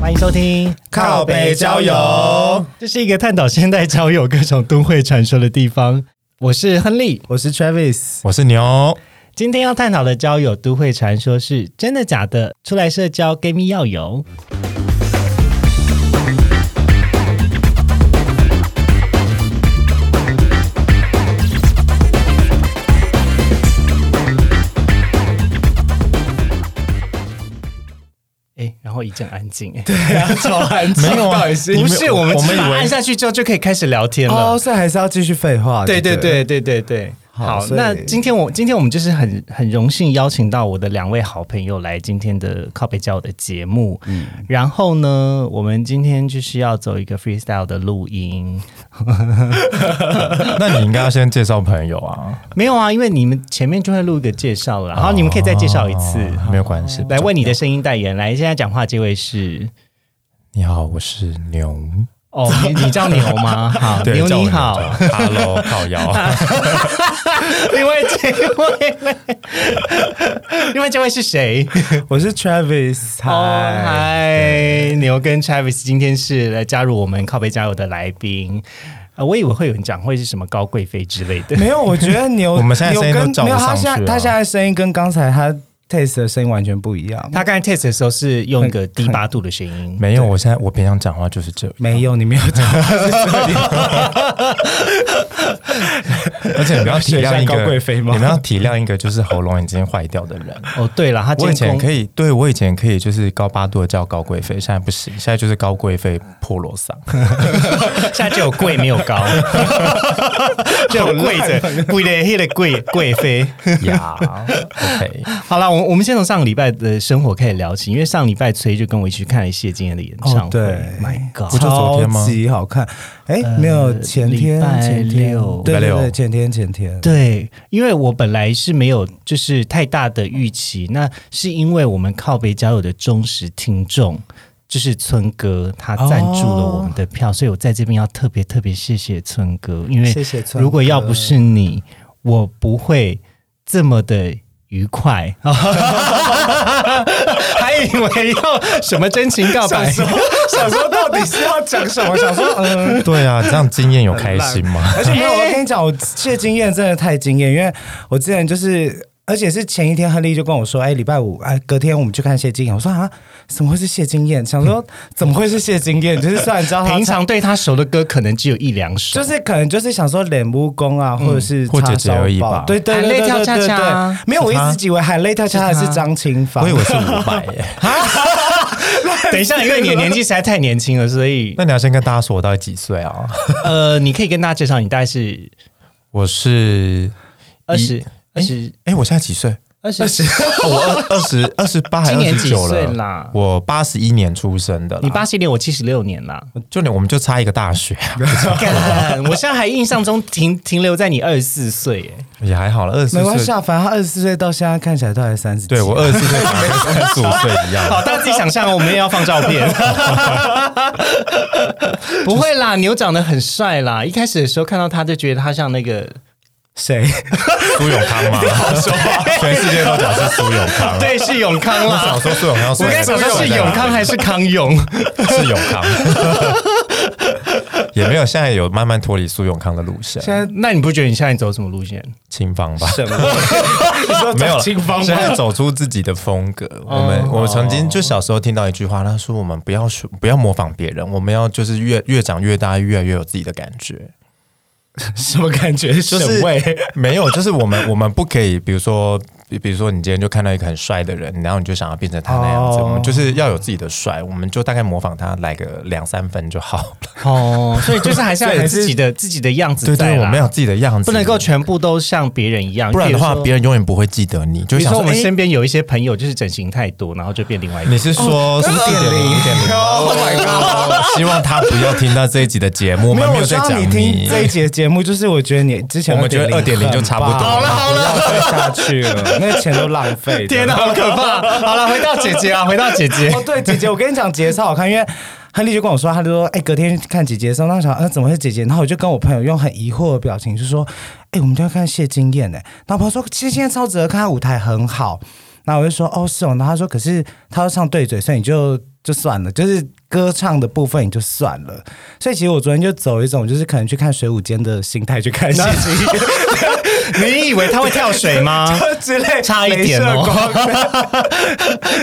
欢迎收听靠北交友，这是一个探讨现代交友各种都会传说的地方。我是亨利，我是 Travis，我是牛，今天要探讨的交友都会传说是真的假的？出来社交，gay 蜜要有。哎，然后一阵安静。 哎，超安没有啊到底是你不们是我们，我们以把它按为下去之后就可以开始聊天了。哦，所以还是要继续废话。对对对对对对对。好，好所以那今天我今天我们就是很很荣幸邀请到我的两位好朋友来今天的靠北教的节目。然后呢，我们今天就是要走一个 freestyle 的录音。那你应该要先介绍朋友啊，没有啊，因为你们前面就会录一个介绍了，然后你们可以再介绍一次。哦没有关系。来为你的声音代言，来，现在讲话这位是你好，我是牛，哦，你你叫牛吗？好，牛叫我你好。 叫我，Hello，靠腰，另外这位，另外这位是谁？我是 Travis，哦，嗨，嗨，牛跟 Travis 今天是来加入我们靠背加油的来宾。呃，我以为会有人讲会是什么高贵妃之类的。没有，我觉得牛， 我们现在声音牛跟都照不没有，他上去啊现在了他现在声音跟刚才他 Taste 的声音完全不一样。 他刚才 test 的时候是用一个低八度的声音，没有，我现在我平常讲话就是 这样，没有，你没有讲，而且你们要体谅一水上高贵个，妃你吗们要体谅一个就是喉咙已经坏掉的人。哦，对了，他我以前以可以，对我以前可以就是高八度的叫高贵妃，现在不行，现在就是高贵妃破锣 嗓。现在只有贵没有 高，只有贵着贵的那个贵贵妃。呀，OK，好了，我我们先从上个礼拜的生活开始聊起，因为上礼拜崔就跟我一起去看了谢金燕的演唱哦会。对 My 不 God！就昨天吗超级好看。哎，没有，前天呃礼拜前天六，对礼拜对六对，前天 前天。对，因为我本来是没有就是太大的预期，那是因为我们靠北交友的忠实听众。就是村哥，他赞助了我们的票，所以我在这边要特别特别谢谢村哥，因为谢谢村哥如果要不是你，我不会这么的愉快， 还以为要什么真情告白， 想说到底是要讲什么？想说嗯，对啊，这样经验有开心吗？ 而且没有，我跟你讲，我这经验真的太惊艳，因为我之前就是，而且是前一天亨利就跟我说，哎，礼拜五，哎，隔天我们去看谢金燕，我说啊，怎么会是谢金燕？想 说怎么会是谢金燕？就是虽然知道他平常对他熟的歌可能只有一两首，就是可能就是想说脸蜈蚣啊，或者是嗯或者叉姐烧而已包吧对对含对泪对跳对恰对恰对啊，没有，我一他直以为喊累跳恰恰是张清 芳，我以为是五百耶。等一下，因为你的年纪实在太年轻了，所以那你要先跟大家说我到底几岁啊？呃，你可以跟大家介绍，你大概是我是二十二十哎、我现在几岁？二十 十，哦我二二十二十八还今二年十几九岁了啦我八十一年出生的啦，你八七年，我七十六年 啦。就你我们就差一个大学，啊 干我现在还印象中停 停留在你二十四岁耶，也还好了，二十没关系岁。啊，反正他二十四岁到现在看起来都还三十，对我二十四岁可能跟三十五岁一好，样，大家自己想象，我们也要放照 片。不会啦，牛长得很帅啦，一开始的时候看到他就觉得他像那 个，谁？ 苏永康 吗？啊全世界都讲是苏永康。对，是永康我啦 小。时候苏永康，我刚才想说是永康还是康 永？是永康？ 也没有，现在有慢慢脱离苏永康的路线，现在那你不觉得你现在走什么路线？清芳吧。什 么？你说没有张了，清芳现吗？在走出自己的风格。我哦们我们曾经就小时候听到一句话，他说：“我们不要学，不要模仿别人，我们要就是越越长越大，越来越有自己的感觉。什么感觉？就是沈巍 没有，就是我们我们不可以，比如说比比如说你今天就看到一个很帅的人，然后你就想要变成他那样子，哦我们就是要有自己的帅，我们就大概模仿他来个两三分就好了。哦，所以就是还是要有所以是自己的自己的样子对在 对，啦我们要有自己的样子，不能够，全部都像别人一样，不然的话别人。人永远不会记得你。就比如想说，我们诶身边有一些朋友就是整形太多，然后就变另外一个。你是说什么哦啊点零点零？Oh my god！希 望他不要听到这一集的节目，我没们有，没我有希在望讲你听这一 节节目，就是我觉得你之前我们觉得2.0就差不多了好了好了，不要再下去了， 那钱都浪费。天哪，！好可 怕！好了，回到姐姐啊，回到姐姐。哦，对，姐姐，我跟你讲，姐姐超好看，因为亨利就跟我说，他就说，哎、隔天看姐姐的时候，那我想，呃，怎么会是姐姐？然后我就跟我朋友用很疑惑的表情，就说，哎、我们就要看谢金燕呢。然后我朋友说，谢金燕超值得看，她舞台很好。然后我就说，哦，是哦。然后他说，可是他要唱对嘴，所以你就就算了，就是歌唱的部分你就算了。所以其实我昨天就走一种，就是可能去看水舞间的心态去看谢金燕。你以为她会跳水 吗？之类，差一点哦镭射光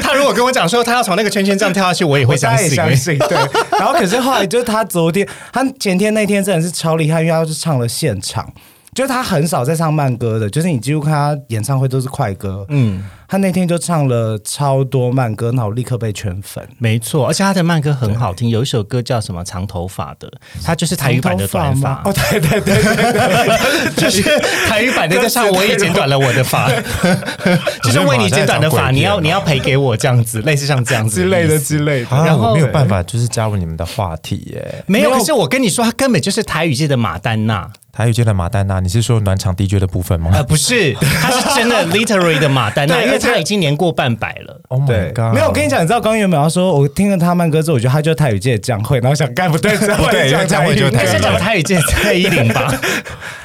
她如果跟我讲说她要从那个圈圈这样跳下去，我也会我相当然也信。相信对。然后可是后来就是他昨天，他前天那天真的是超厉害，因为他是唱了现场，就是他很少在唱慢歌的，就是你几乎看他演唱会都是快歌，嗯，他那天就唱了超多慢歌，然后我立刻被圈粉。没错，而且她的慢歌很好听，有一首歌叫什么《长头发》的，她就是台语版的短嗯发长头，吗哦，对对对对 就是台语版的就像我也剪短了我的发， 就是为你剪短的发，你要你要赔给我这样子，类似像这样子之类意的思之类的。啊，然后我没有办法，就是加入你们的话题耶。没有，没有啊可是我跟你说，她根本就是台语界的马丹娜，台语界的马丹娜，你是说暖场 DJ 的部分吗呃，不是，她是真 的 literary 的马丹娜，对因为而且她已经年过半百了。 ？Oh 对 my god！没有，我 跟你讲，你知道刚刚原本要说，我听了他慢歌之后，我觉得他就是泰语界的江蕙，然后想干不对，江不对因为江蕙就应是该台是语讲台语界蔡依林 吧？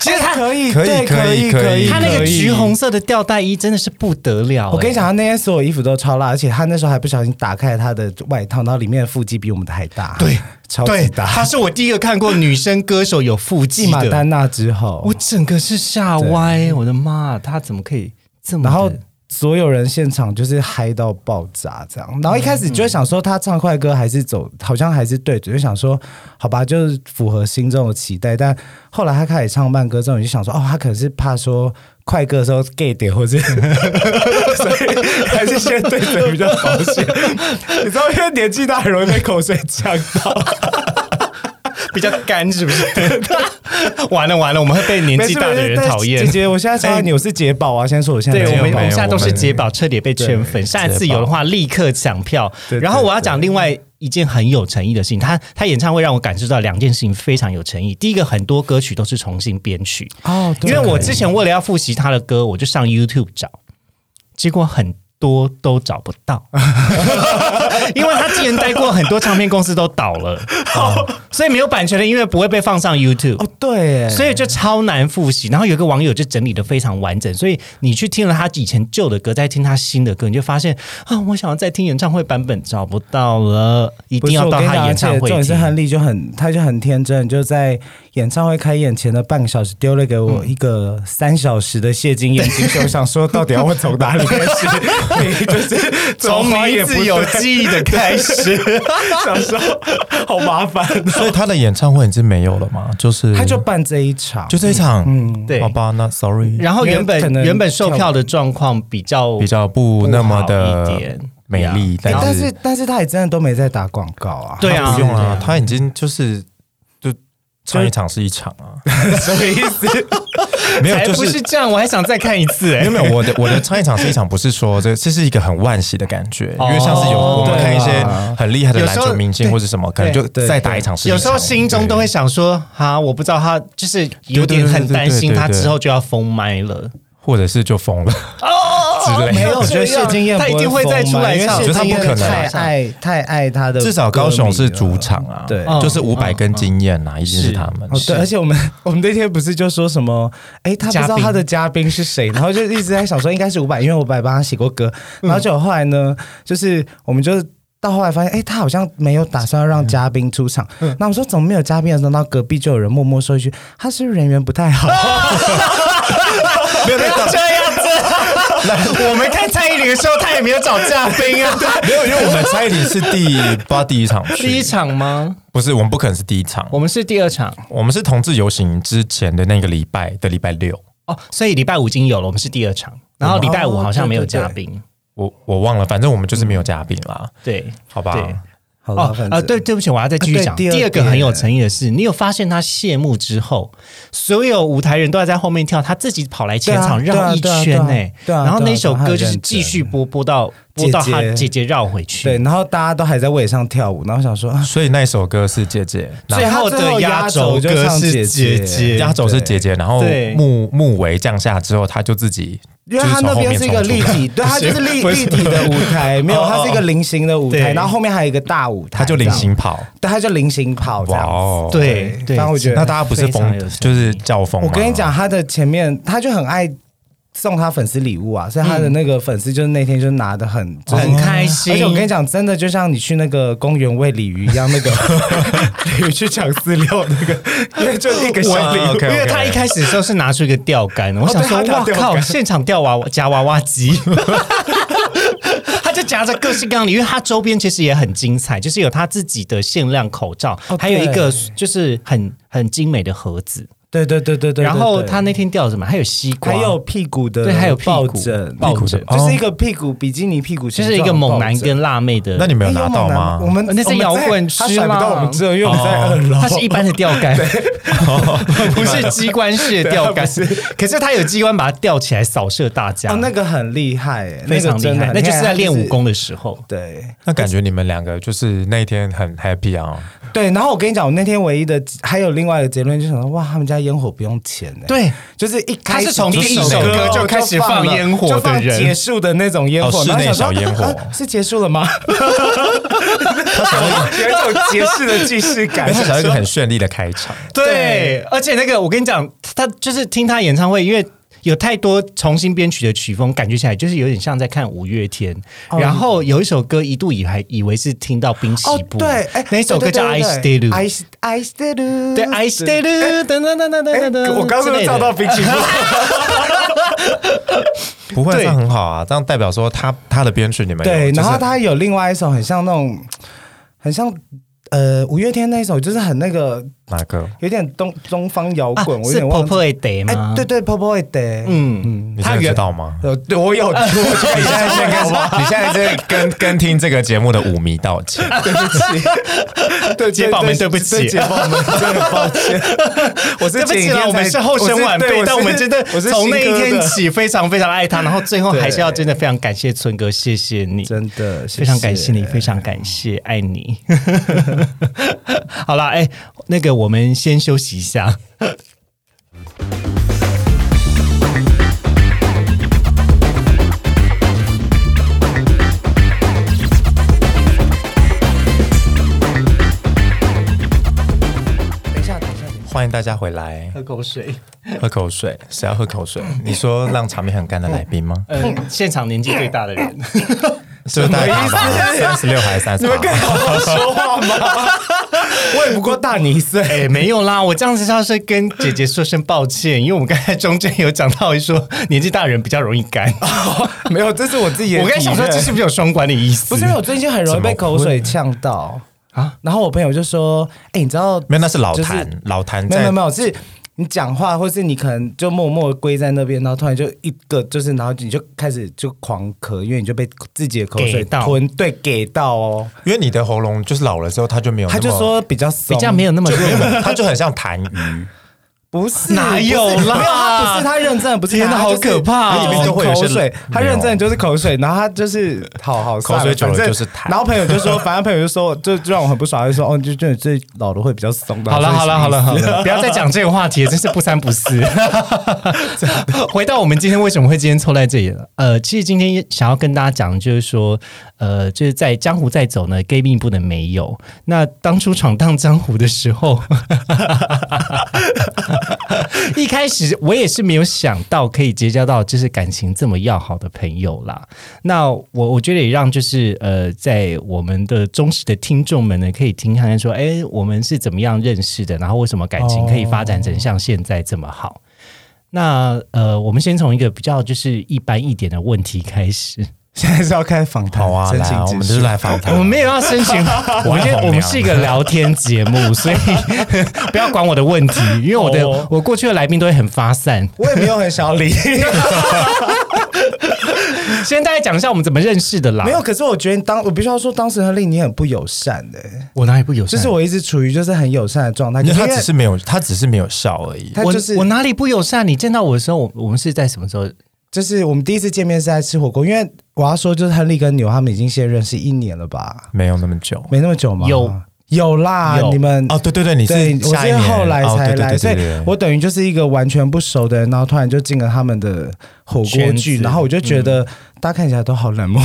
其实他可以，可以对可以可可以以，她那可个以橘红色的吊带衣真的是不得了、欸我跟你讲，，他那天所有衣服都超辣，而且他那时候还不小心打开了他的外套，然后里面的腹肌比我们的还大，对，超级对，大。她是我第一个看过女生歌手有腹继肌马的，丹娜之后我，整个是吓歪，我的妈，她怎么可以这么的？然后所有人现场就是嗨到爆炸这样。然后一开始就想说他唱快歌还是走，好像还是对嘴，就想说好吧，就是符合心中的期待。但后来他开始唱慢歌之后，你就想说哦，他可能是怕说快歌的时候 gay 点，或是所以还是先对嘴比较保险。你知道，因为年纪大很容易被口水呛到。比较干是不 是？ 完了完了，我们会被 年纪大的人讨厌没事没事但姐。姐，我现在超爱你，我是捷宝啊！先说我现在对没我有们，没我有们现在都我是们解宝，彻底被圈粉。下一次有的话，立刻抢票。对对然后我要讲另外一件很有诚意的事情，他他演唱会让我感受到两件事情非常有诚意。第一个，很多歌曲都是重新编曲，哦，因对为我之前为了要复习他的歌，我就上 YouTube 找，结果很多都找不到， 因为他之前待过很多唱片公司都倒了，嗯所以没有版权的音乐不会被放上 YouTube。哦对耶，所以就超难复习。然后有一个网友就整理的非常完整，所以你去听了他以前旧的歌，再听他新的歌，你就发现啊，我想要再听演唱会版本找不到了，一不定是要我到跟你他讲，演唱而且会重点是听。亨利就很，他就很天真，就在演唱会开演前的半个小时丢了给我一个三小时的谢金燕金秀，想说到底要我从哪里开始？你就是从哪你 也自不有记忆的开始， 想说好麻烦，所以他的演唱会已经没有了吗？就是他就办这一场，就这一场，嗯，对好吧，那 sorry，然后原可本能原本售票的状况比较比较不那么不好一的点美丽，哎但但是但是他也真的都没在打广告啊，对啊不用啊，他已经就是就唱一场是一场啊，什么意思？ 没有才就不是是这样，我还想再看一次哎、没有没有，我的我的唱一场是一场，不是说这这是一个很惋惜的感觉，哦因为像是有我们看一些很厉害的有篮时候球明星或者什么，可能就对再打一场是一场有时候心中都会想说，哈，我不知道他就是有点很担心对对对对对他对对之后就要封麦了。或者是就疯了 之类没的。有，我觉得谢金燕他一定会再出来唱唱，我觉得他不可能太爱太爱他的，至少高雄是主。场啊，对就是五百跟经验啊，一定是他们哦，对，而且我们 我们那天不是就说什么，哎，他不知嘉道宾他的嘉宾 是谁，然后就一直在想说应该是伍佰，因为伍佰帮他写过歌，嗯然后就后来呢，就是我们就。到后来发现，哎、他好像没有打算要嗯让嘉宾出场。那我说怎么没有嘉宾的时候，然后隔壁就有人默默说一句：“他是不是人缘不太好。不要这样子。我们看蔡依林的时候，她也没有找嘉宾啊。没有，因为我 们蔡依林是第不知道第一场去，第一场吗？不是我们不可能是第一场，我们是第二场我们是同志游行之前的那个礼拜的礼拜六，哦，所以礼拜五已经有了，我们是第二场。然后礼拜五好像没有哦对对嘉宾，我我忘了，反正我们就是没有嘉宾啦，对 好吧？对好了，哦反，啊，正对，对不起，我要再继续啊讲。对第第二二个很点有诚意的是，你有发现他谢幕之后，所有舞台人都还在后面跳，他自己跑来前场对啊绕一对啊圈呢、对啊对啊然后对啊那首对啊歌就是很认真继续播播到播姐到他姐姐姐绕回对，去。然后大家都还在位上跳舞，然后想说啊，所以那首歌是姐姐，最然后对他最后的压压轴轴就歌唱是姐姐姐后姐，压轴是姐姐，然后对幕幕尾降下之后，她就自己因为他那边是一个立就是从后面冲出来哦体，对，他就是立立体的舞台，没有，它是一个菱形的舞台，对然后后面还有一个大舞台，她就零这样，星跑，对，它就菱形跑这哇样子。哦，对对，反正我觉得那大家不是非常疯有诚，意就是叫疯。啊啊我跟你讲，，他的前面他就很爱送他粉丝礼物啊，所以他的那个粉丝就是那天就拿的很、就是很开心而且我跟你讲，真的就像你去那个公园喂鲤鱼一样，那个鲤鱼去抢饲料那个，因为 就一个小哇礼物啊，OK，OK，OK 因为他一开始的时候是拿出一个钓竿，我想说，对他拿哇钓竿靠，现场钓娃娃夹娃娃机。他就夹着各式各样的，因为他周边其实也很精彩，就是有他自己的限量口罩，哦还有一个就是很很精美的盒子。对对对对对对然后对他那天钓什么？还有西瓜，还有屁股的，对还有屁股抱枕，抱枕哦就是一个屁股比基尼屁股就形状是的一抱枕，个猛男跟辣妹的。那你们有哎拿到猛男吗？我们那是我们在摇滚区哦他甩不啦到我们这，因为我们在二楼。它是一般的钓竿， 不是机关式的钓竿。可是他有机关把它吊起来扫射大家，哦，那个很厉害欸，非常个厉真的害，很那就是在练武。他功的时候。对，那感觉你们两个就是那一天很 happy 啊，对，然后我跟你讲，我那天唯一的还有另外一个结论，就想说哇，他们家烟火不用钱呢、，对，就是一开始他是从第一首歌就开始放烟火的就放人结束的那种烟火，哦然后想说室内小烟火啊是结束了吗？ 有一种结束的既视因感为。他想要一个很绚丽的开 场。对，而且那个我跟你讲，他就是听他演唱会，因为。有太多重新编曲的曲风，感觉起来就是有点像在看五月天。然后有一首歌一度以还以为是听到滨崎哦，步，对，哎，那一首歌叫《I Stay Lu》，Still I I Still Do，对，《I Stay Do。 Lu》等等等等哎等等，我刚刚是不之类是的照到冰淇 淋？不会，这对样很好啊，这样代表说他他的编曲你们有对，就是然后他有另外一首很像那种，很像呃五月天那一首，就是很那个哪个？有点东东方摇滚，啊我有是点忘 Purple 记。会得哎、吗？对对，Purple 会的，嗯，嗯，你真的知道吗？有对我有，我觉得你现你在在跟 你现在在跟跟听这个节目的舞迷道歉，对不起，对姐宝们对不起对姐 宝们真的很抱歉，啊我是对不起前一天啦，才我们是后生晚对辈，是但我们真的我是从那一新歌天的起非常非常爱他，然后最后对还是要真的非常感谢春哥，谢谢你，真的谢谢非常感谢你，非常感谢，爱你。 好啦，哎、那个我们先休息一下。等一下，等一下，等一下欢迎大家回来喝口水。喝口水，谁要喝口水？你说让场面很干的来宾吗？呃，现场年纪最大的 人，是不是大概 三十六还是三十你八们？可以好好说话吗？我也不过大你一岁，哎、没有啦，我这样子要是跟姐姐说声抱歉，因为我们刚才中间有讲到说年纪大人比较容易 干，没有，这是我自己的体认。我刚才想说这是不是有双关的意思？不是因为我最近很容易被口水呛到啊啊，然后我朋友就说：“哎、你知道没有，那是老就谭，老谭没有没在有没有，是你讲话，或是你可能就默默归在那边，然后突然就一个就是，然后你就开始就狂咳，因为你就被自己的口水给到吞，对，给到哦。因为你的喉咙就是老了之后，它就没有那他么，就说比较松，比较没有那么就热没门。有，它就很像痰盂，不是哪有不是啦没有他不是他认真的，不是天哪他好就是可怕哦他就是里面都会有一些口水，他没有认真的就是口水，然后他就是好好算口水久了反正就是痰然后朋友就说， 反正朋友就说，就就让我很不爽，就说哦，就就这老的会比较松的。好了好了好了好所以了，不要再讲这个话题了，真是不三不四。 回到我们今天为什么会今天凑在这里了？呃，其实今天想要跟大家讲，就是说，呃，就是在江湖在走呢，gay 命不能没有。那当初闯荡江湖的时候， 一开始我也是没有想到可以结交到就是感情这么要好的朋友啦。那我我觉得也让就是呃，在我们的忠实的听众们呢，可以听看看说，哎，我们是怎么样认识的，然后为什么感情可以发展成像现在这么好？那呃，我们先从一个比较就是一般一点的问题开始。现在是要开访谈，好啊， 申来请啊，指我们数就是来访谈，我们没有要申请，我们今要天红我们娘是一个聊天节目，所以不要管我的问题，因为我的、哦我过去的来宾都会很发散。啊我也没有很想理。 先大概讲一下我们怎么认识的啦。没有，，可是我觉得当我必须要说，当时亨利你很不友善的、欸我哪里不友善？就是我一直处于就是很友善的状态，因为可他因为只是没有，他只是没有笑而已。他我就是我哪里不友善？你见到我的时候，我我们是在什么时候？就是我们第一次见面是在吃火锅，因为我要说就是亨利跟牛他们已经现在认识一年了吧，没有那么久没那么久吗？有有啦，有你们哦，对对对，你是嗯对，我下一是年后来哦才对对来，对所以对对对我等于就是一个完全不熟的人，然后突然就进了他们的火锅圈剧，子然后我就觉嗯得大家看起来都好 冷漠，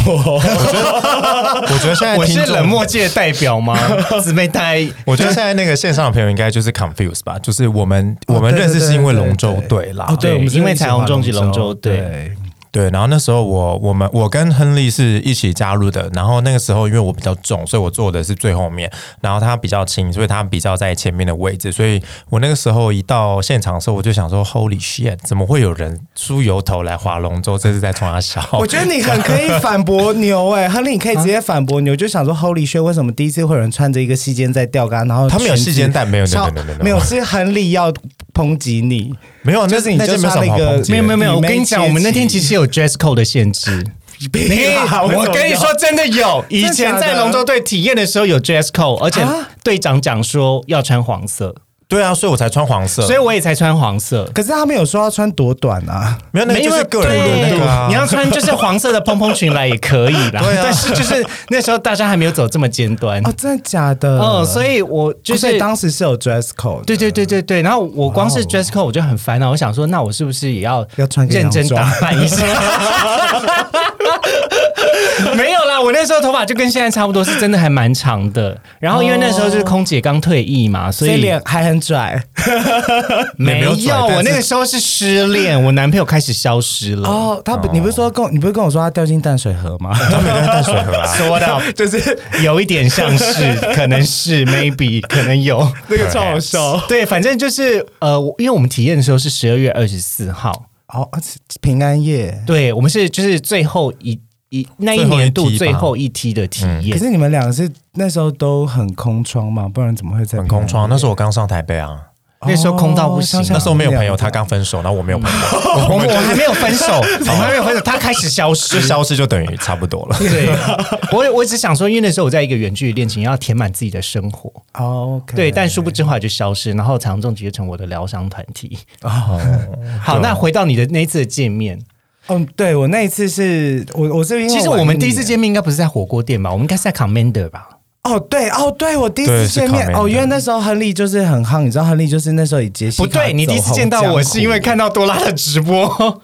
我觉得现在我听是众冷漠界的代表 吗？姊妹呆，我觉得现在那个线上的朋友应该就是 confused 吧，就是我们、哦我们对对认识是因为对对龙舟对队啦，哦，对，我们是因为一起彩虹划重击龙舟队对对，然后那时候我我们我跟亨利是一起加入的，然后那个时候因为我比较重，所以我坐的是最后面，然后他比较轻，所以他比较在前面的位置，所以我那个时候一到现场的时候，我就想说 Holy shit，怎么会有人出油头来划龙舟？这是在冲他笑。我觉得你很可以反驳牛哎、亨利，你可以直接反驳牛，就想说 Holy shit，为什么第一次会有人穿着一个细肩带吊杆，然后他没有裙子细肩带没有超没有没有没没有有是亨利要抨击 你，没有，那就是你那就件没有穿什么好了一个抨击没的有没有没有，你我没跟你讲，阶级我们那天其实有 dress code 的限制。 别 啦为什么我跟你要说，真的有。以真的假前的在龙舟队体验的时候有 dress code，而且啊队长讲说要穿黄色，对啊，所以我才穿黄色，所以我也才穿黄色。可是他们有说要穿多短啊？没有那个因就为是个人的那个、啊，对你要穿就是黄色的蓬蓬裙来也可以 啦。但是就是那时候大家还没有走这么尖端哦，，真的假的？哦，所以我就哦所是以当时是有 dress code，的对对对对对，然后我光是 dress code 我就很烦恼，我想说，那我是不是也要要穿个认真洋装打扮一下？ 没有啦，我那时候头发就跟现在差不多，是真的还蛮长的。然后因为那时候就是空姐刚退役嘛，所所以以脸还很拽 没有也没有拽但是我那个时候是失恋，我男朋友开始消失了。哦。他不，你不是说跟我你不是跟我说他掉进淡水河 吗？他没有在淡水河啊。说到就是有一点像是，可能是 maybe 可能 有。那个超好笑对，反正就是呃，我因为我们体验的时候是十二月二十四号， 哦，平安夜。对，我们是就是最后一一那一年度最最后后一梯的体可验。是你们两个是那时候都很空窗嘛，不然怎么会在很空窗，平那时候我刚上台北啊，安夜？那时候空到不行啊哦那时候没有朋友，想他刚分手，然后我没有朋 友，我们我还没有分 手，我们还没有分手，他开始消失就。消失就等于差不多了。对，我我只想说，因为那时候我在一个远距离恋情，要填满自己的生活。哦，OK，对，但殊不知后来就消失，然后长重结成我的疗伤团体。哦， 好，那回到你的那一次的见面，嗯，对我那一次是我我是因为其实晚我们第一一次年见面应该不是在火锅店吧？我们应该是在 Commander 吧？哦，对哦，对我第一对次是见面 Commander 哦，因为那时候亨利就是很夯，你知道亨利就是那时候以杰西不卡对，你第一次走见到红我江湖是因为看到多拉的直播。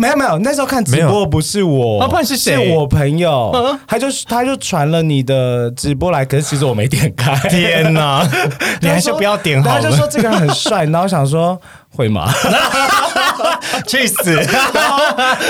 没有没有，那时候看直没播有不是我，啊不然是谁是我朋友，嗯他就他就传了你的直播来，可是其实我没点开。天 哪， 你还是不要点好他就了说，这个人很帅，然后我 想说会吗？去死！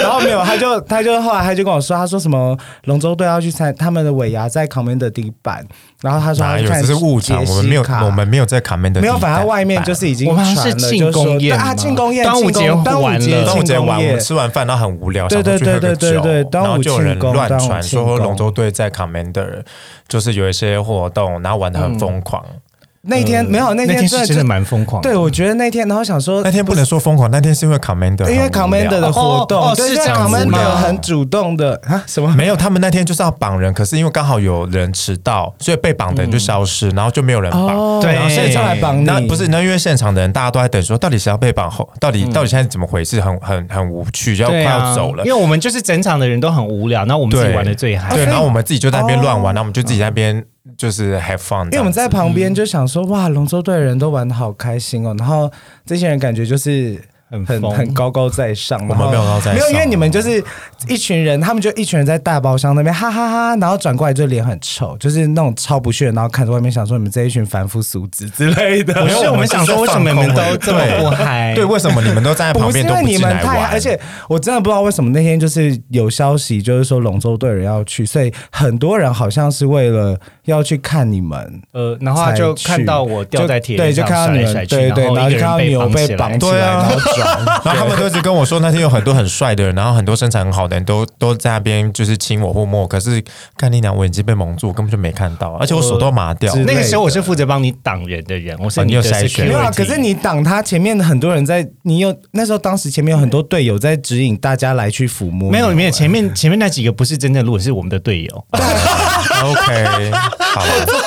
然后没有，他就他就后来他就跟我说，他说什么龙舟队要去参他们的尾牙在 Commander 地板，然后他说哪他有去看这是误场？杰西我们没有，卡我们没有在卡门的地没板，有，反正外面就是已经我们好像传了是庆就是说功宴对啊，吗庆功宴，端午节庆功端午完节，了端午节庆功完，我宴们吃完饭，然后很无聊，对想对说去喝对个对对酒对，端午然后就有人庆功乱端午传庆说功龙舟队在卡门的，就是有一些活动，然后玩的很疯狂。嗯那天 没有，那那天真是的真就的蛮疯狂的。对，我觉得那天，然后想说那，天不能说疯狂，那天是因为卡门的，因很为无 Commander 聊的活哦哦动，对是因为这样子 Commander 吗很主动的啊，什么？没有，他们那天就是要绑人，可是因为刚好有人迟到，所以被绑的人就消失，然后就没有人绑。哦，对然后现场来帮你，那不是那因为现场的人大家都在等说，到底谁要被绑后，到底、到啊底现在怎么回事，很很很无趣，就要快对啊要走了因。为我们就是整场的人都很无聊，然后我们自己对玩的最嗨。对，哦所以然后我们自己就在那边乱玩，哦然后我们就自己在那边就是 have fun，因为我们这样在子嗯旁边就想说，哇，龙舟队的人都玩的好开心哦，然后这些人感觉就是。很很疯很高高在上，我们没有高高在上没有，因为你们就是一群人，他们就一群人在大包厢那边哈哈哈，然后转过来就脸很臭，就是那种超不屑，然后看着外面想说你们这一群凡夫俗子之类的。不没有是我我们们想说，是为什么你们放空都而已这么不嗨？对，为什么你们都站在旁不是边因都为你进们来太，玩？而且我真的不知道为什么那天就是有消息，就是说龙舟队人要去，所以很多人好像是为了要去看你们，呃，然后他就才去看到我掉在铁对，链就上看到甩你来甩们，去，对对，然后一后就个看到人牛被被绑起起来。来，对啊然后转，然后他们都一直跟我说，那天有很多很帅的人，然后很多身材很好的人都都在那边就是亲我或摸我，可是干你娘，我眼睛被蒙住，我根本就没看到，而且我手都麻 掉。是那个时候我是负责帮你挡人的人，我是哦你的有筛选 security 没有啊，可是你挡他前面很多人在，你有那时候当时前面有很多队友在指引大家来去抚摸你，没有没有前面前面那几个不是真正的路人，是我们的队友。 OK，好 了，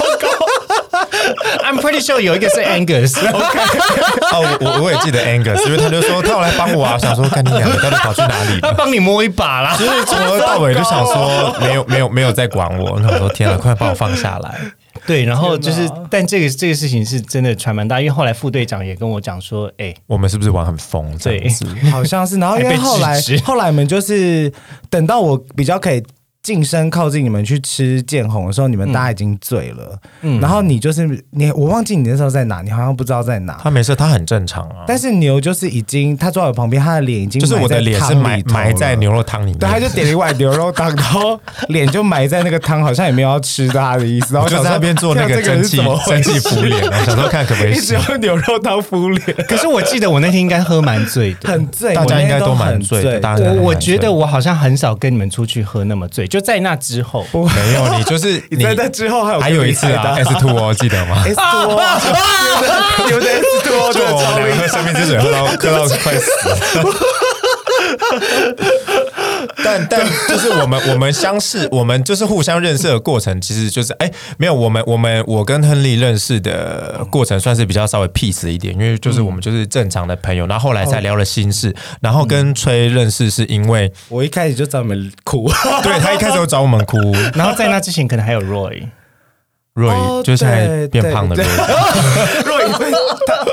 I'm pretty sure 有一个是 Angus，哦，我我我也记得 Angus，因为他就说他有来帮我啊，我想说干你娘，你到底跑去哪里 他了？帮你摸一把啦。就是从头到尾就想说没有没有没有在管我，那我说天啊，快把我放下来！ 对，然后就是，但这个这个事情是真的传蛮大，因为后来副队长也跟我讲说，哎、 我们是不是玩很疯这样子？好像是，然后因为后还来被制止后来我们就是等到我比较可以近身靠近你们去吃见红的时候，你们嗯大家已经醉了，然后你就是你，我忘记你那时候在哪，你好像不知道在哪。他没事，他很正常啊。但是牛就是已经，他坐在我旁边，他的脸已经就是我的埋在脸汤是埋里头埋在了牛肉汤里面，对，他就点了一碗牛肉汤，然后脸就埋在那个汤，好像也没有要吃他的意思。然后我就在那边做那个蒸汽蒸汽敷脸，我想说看可不可以 一直洗。用牛肉汤敷脸，可是我记得我那天应该喝蛮醉的，很醉。大我家那应天该都蛮很醉的，大家应该都我我蛮醉觉得我好像很少跟你们出去喝那么醉，就在那之 后，没有你，就是你在那之后还有还有一次啊，S two O 记得吗？ S 多，有的 S 多就我们哦两个喝生命之水，喝到喝到快死。 但但就是我们我们相识，我们就是互相认识的过程，其实就是哎、没有我们我们我跟亨利认识的过程算是比较稍微 peace 一点，因为就是我们就是正常的朋友，然后后来嗯才聊了心事，然后跟崔认识是因为我一开始就找你们嗯 哭，对他一开始有找我 们哭， 然后在那之前可能还有 Roy，瑞、哦就是现在对变胖的对瑞，若隐会，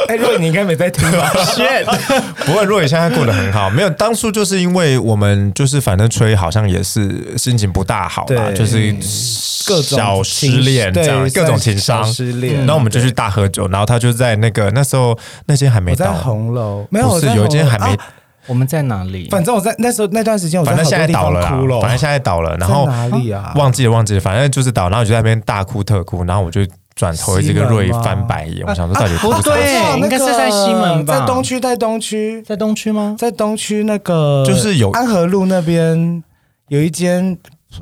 哎，若隐你应该没在听吧？不过若雨现在过得很好，没有当初就是因为我们就是反正吹好像也是心情不大好啦，对就是各 种小失恋情这样，对各种情小伤。失恋。然后我们就去大喝酒，然后他就在那个那时候那间还没我在到，红楼，没有，不我是在有一间红楼还没啊，我们在哪里？反正我在那时候那段时间，我反正好现多在地倒方了啦哭了，，反正现在倒了，然后在哪里啊？忘记了忘记了，反正就是倒，然后我就在那边大哭特哭，然后我就转头一直跟若雨西门吗啊翻白眼，我想说到底哭不啥对哦应那个该是在西门吧在东区，在东区，在东区吗？在东区那个就是有安和路那边有一间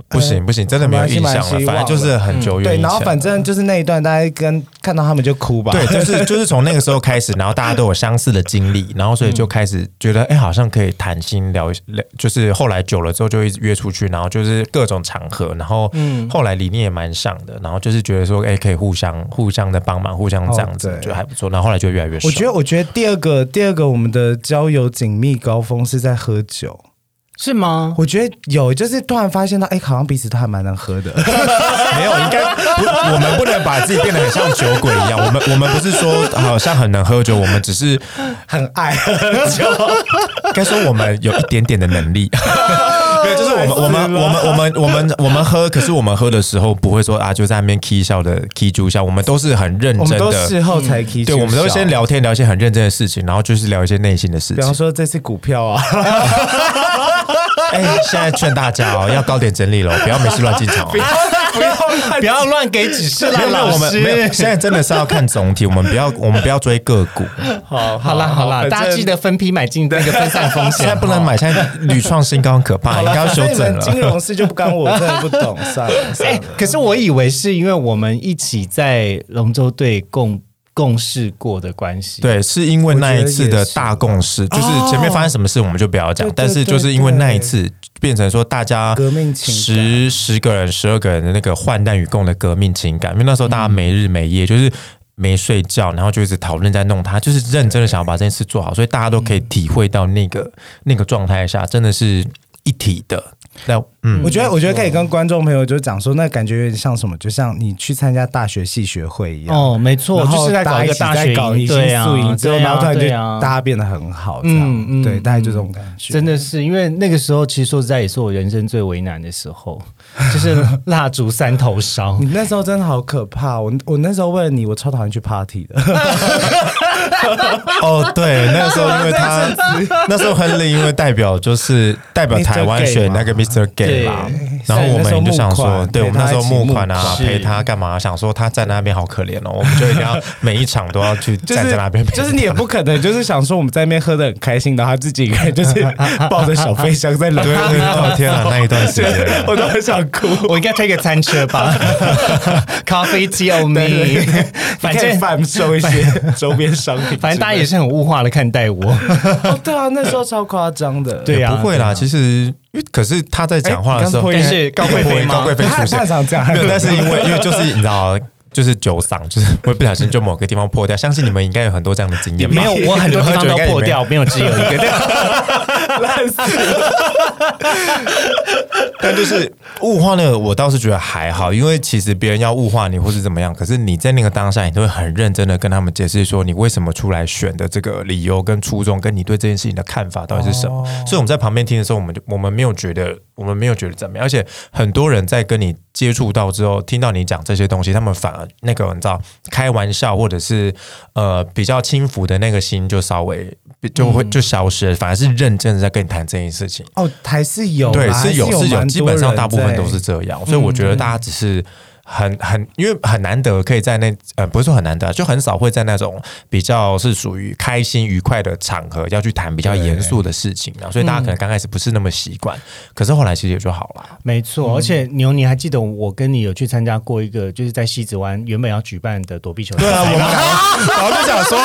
不行不行，真的没有印象了，蛮希望反正就是很久远以嗯对，前了。然后反正就是那一段，大家跟看到他们就哭吧。对，就是就是从那个时候开始，然后大家都有相似的经历，然后所以嗯就开始觉得，哎、好像可以谈心聊，聊就是后来久了之后就一直约出去，然后就是各种场合，然后嗯后来理念也蛮像的，然后就是觉得说，哎、可以互相互相的帮忙，互相这样子、哦对就还不错，然后后来就越来越熟。我觉得，我觉得第二个，第二个我们的交友紧密高峰是在喝酒。是吗？我觉得有，就是突然发现到，哎、好像彼此都还蛮能喝 的。 没有，应该不，我们不能把自己变得很像酒鬼一样。我们我们不是说好像很能喝酒，我们只是很爱喝酒。该说我们有一点点的能力。没有，就是我们我们我们我们我们我们喝，可是我们喝的时候不会说啊，就在那边 key 笑的 key 住笑，我们都是很认 我真们都的。嗯事后才 K，、对，我们都先。聊天，聊一些很认真的事情，然后就是聊一些内心的事比情方。说这次股票啊，哎、现在劝大家哦，要高点整理了，不要没事乱进 场、哦。不要不要乱给指示啦，没有没有，我老们没有，师现。在真的是要看总体，我们不要我们不要追个股，好，好啦好啦，大家记得分批买进那个分散 风现在险。不能买，现在屡创新高很可怕，应该要修正你们金了。融事就不干我，我真的不懂，算 了算哎了。，可是我以为是因为我们一起在龙舟队共共事过的关系。对，是因为那一次的大共识，就是前面发生什么事我们就不要讲对，对但是就是因为那一次变成说大家革命情感十十个人、十二个人的那个患难与共的革命情感，因为那时候大家没日没夜就是。没睡觉，然后就一直讨论在弄他，就是认真的想要把这件事做好，所以大家都可以体会到那个那个状态下，真的是一体的。那嗯，我觉得，我觉得可以跟观众朋友就讲说，那感觉有点像什么，就像你去参加大学系学会一样。哦，没错，然后就是在搞一个大大家学一起在搞营，一对些啊，宿营之后，对啊然后突然就对啊大家变得很好，这样嗯，嗯对，大概就这种感觉。真的是，因为那个时候其实说实在，也是我人生最为难的时候， 就是蜡烛三头烧你。那时候真的好可怕，我我那时候为了你，我超讨厌去 party 的，哦，对，那个时候因为他那时候亨利因为代表就是代表台湾 Mr. Gay 选那个 Mr. Gay 啦对，然后我们就想所以那时候募说，款对我们那时候募款啊，陪他一起募款陪他干嘛？想说他在那边好可怜哦，我们就一定要每一场都要去就站是在那边陪他。就是你也不可能，就是想说我们在那边喝的很开心，然后他自己一个人就是抱着小飞箱在冷对对对， 哦天啊，那一段时间 。我都很想哭。 我应该推个餐车 吧，咖啡机 on me，反 你可以正贩售一些周边商品之类的，反正大家也是很物化的看待我， 哦，对啊，那时候超夸张的。对啊不会啦，其实因为可是他在讲话的时候，哎但是高贵妃 高吗贵？妃他出他现，想这样，没有，但是因为因为就是你知道，就是酒嗓，就是会不小心就某个地方破掉。相信你们应该有很多这样的经验吧？没有， 我很多地方都破掉，没有只有一个。 烂死了。但就是物化那个，我倒是觉得还好，因为其实别人要物化你或是怎么样，可是你在那个当下，你都会很认真的跟他们解释说你为什么出来选的这个理由跟初衷，跟你对这件事情的看法到底是什么。所以我们在旁边听的时候，我们就我们没有觉得我们没有觉得怎么样，而且很多人在跟你接触到之后，听到你讲这些东西，他们反而那个你知道开玩笑或者是呃比较轻浮的那个心就稍微就会就消失了，反而是认真的在跟你谈这件事情。哦，还是有啦，对，是有还是有，蛮多基本上大部分人在都是这样，所以我觉得大家只是。很很，因为很难得可以在那呃，不是说很难得啊，就很少会在那种比较是属于开心愉快的场合要去谈比较严肃的事情啊，所以大家可能刚开始不是那么习惯，可是后来其实也就好了。没错，嗯而且牛，你还记得我跟你有去参加过一个，就是在西子湾原本要举办的躲避球啊大赛啊 吗？然后就想说，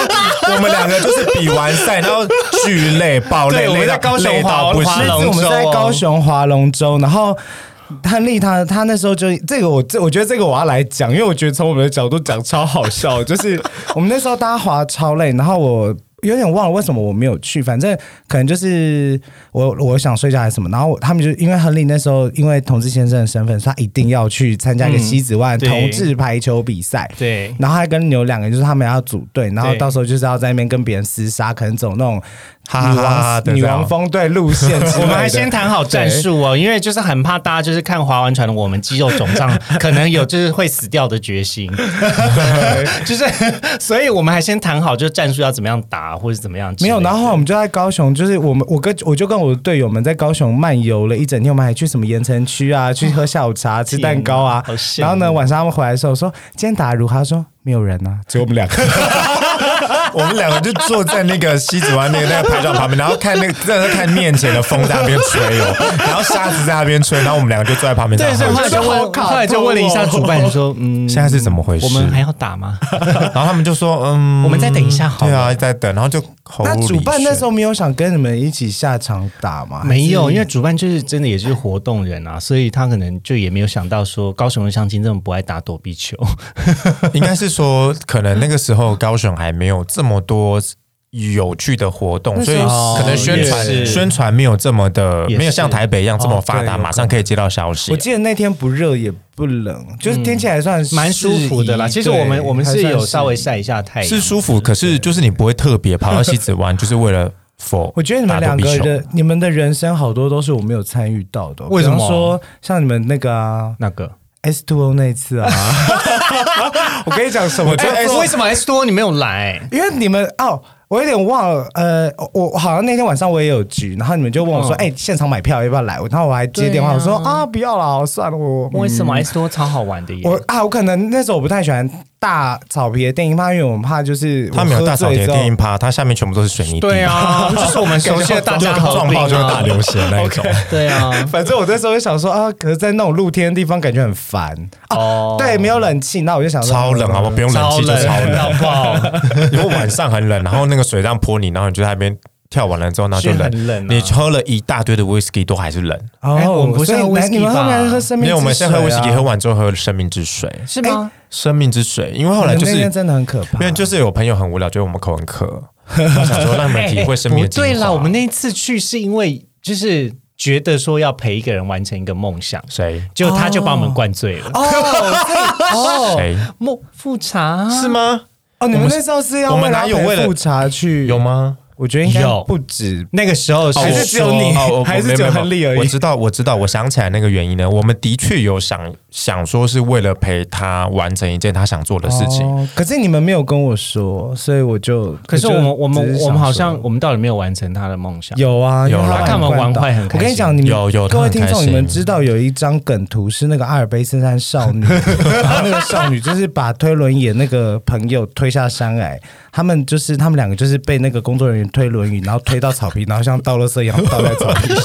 我们两个就是比完赛，然后巨累爆对我们在高雄滑滑那龙次我们舟在哦高雄划龙舟，然后。亨利他他那时候就这个我这我觉得这个我要来讲，因为我觉得从我们的角度讲超好笑，就是我们那时候大家滑超累，然后我有点忘了为什么我没有去，反正可能就是我我想睡觉还是什么，然后我他们就因为亨利那时候因为同志先生的身份，所以他一定要去参加一个嗯西子湾对同志排球比赛，对，然后他跟牛两个就是他们要组队，然后对到时候就是要在那边跟别人厮杀，可能走那种哈哈哈哈女王女对这样王风队路线之类 的。我们还 先谈好战术哦，因为就是很怕大家就是看划完船的我们肌肉肿 胀，可能有就是会死掉的决心， 就是所以我们还先谈好就是战术要怎么样打或者怎么样之没类的。有，然后我们就在高雄，就是我们我跟我就跟我的队友们在高雄漫游了一整天，我们还去什么盐城区啊，去喝下午茶、吃蛋糕啊好。羡慕然后呢，晚上他们回来的时候说今天打得如何？他说没有人啊，只有我们两个。我们两个就坐在那个西子湾那个那个排场旁边，然后看那个在那看面前的风在那边吹哦，然后沙子在那边吹，然后我们两个就坐在旁边。对，所以然后 后来就我问，觉得好后来就问了一下主办说，嗯，现在是怎么回事我们还要打 吗？然后他们就说，嗯，我们再等一下好对了啊，再等，然后就口那无主办理那宣时候没有想跟你们一起下场打吗？没有，因为主办就是真的也是活动人啊，所以他可能就也没有想到说高雄的相亲这么不爱打躲避球。应该是说，可能那个时候高雄还没有这么多。有趣的活动，那所以时候可能宣哦传也是宣传没有这么的，也是没有像台北一样这么发哦对有达，可能马上可以接到消息我。记得那天不热也不冷，就是天气还算适宜蛮舒服的啦。其实我们对我们还是算有适宜稍微晒一下太阳，是舒服，可是就是你不会特别跑到西子湾，就是为了 for 我觉得你们打两躲避个球的你们的人生好多都是我没有参与到的哦。为什么比方说像你们那个啊那个。 S Two O 那一次啊， 我跟你讲什么？我觉得 哎、哎为什么 S 多你没有来？因为你们哦。我有点忘了，呃，我我好像那天晚上我也有局，然后你们就问我说，嗯哎、现场买票要不要来？然后我还接电话，对啊我说啊，不要了，算了，我嗯为什么 S 多超好玩的耶？我啊，我可能那时候我不太喜欢大草皮的电音趴，因为我怕就是他没有大我草喝醉碟之后电音趴，它下面全部都是水泥地，对，啊，就是我们熟悉的大家合撞并炮啊就会大流血那一种。对 啊，反正我那时候就想说啊，可是，在那种露天的地方感觉很烦。啊哦，对，没有冷气，那我就想说超冷好不好？不用冷超气就冷，超冷，好不 好？ 因为晚上很冷，然后那个水这样泼你，然后你就在那边跳完了之后，然后就是冷，很冷啊你喝了一大堆的 whisky 都还是冷。哎哦，我们不是所以喝你 whisky 你们后面喝生因为命之水啊，我们先喝 whisky，喝完之后喝生命之水，是吗？生命之水。因为后来就你们是那天因真的很可怕，为就是有朋友很无聊，觉得我们口很渴，我想说让你们体会生哎命啊不的精华对啦，我们那一次去是因为就是觉得说要陪一个人完成一个梦想，谁就他就把我们灌醉了。哦所以哦谁梦复查是吗？哦，你们那时候是要我们为了哪有要陪为了复查去有？吗？我觉得应该有不止那个时候哦还是我是只有说你哦 哦还是没有只有没有亨利而已我知道，我知道，我想起来那个原因呢。我们的确有想想说是为了陪他完成一件他想做的事情。哦可是你们没有跟我说，所以我就可是就我们我只们是想我们好像说我们到底没有完成他的梦想。有啊有因为啦他他们灌玩到坏很开我跟你心讲，你们有有他各位很听开众，你心们知道有一张梗图是那个阿尔卑斯山 少女，然后那个少女就是把推轮椅的那个朋友推下山来，他们就是他们两个就是被那个工作人员推轮椅，然后推到草皮，然后像倒垃圾一样倒在草 皮上。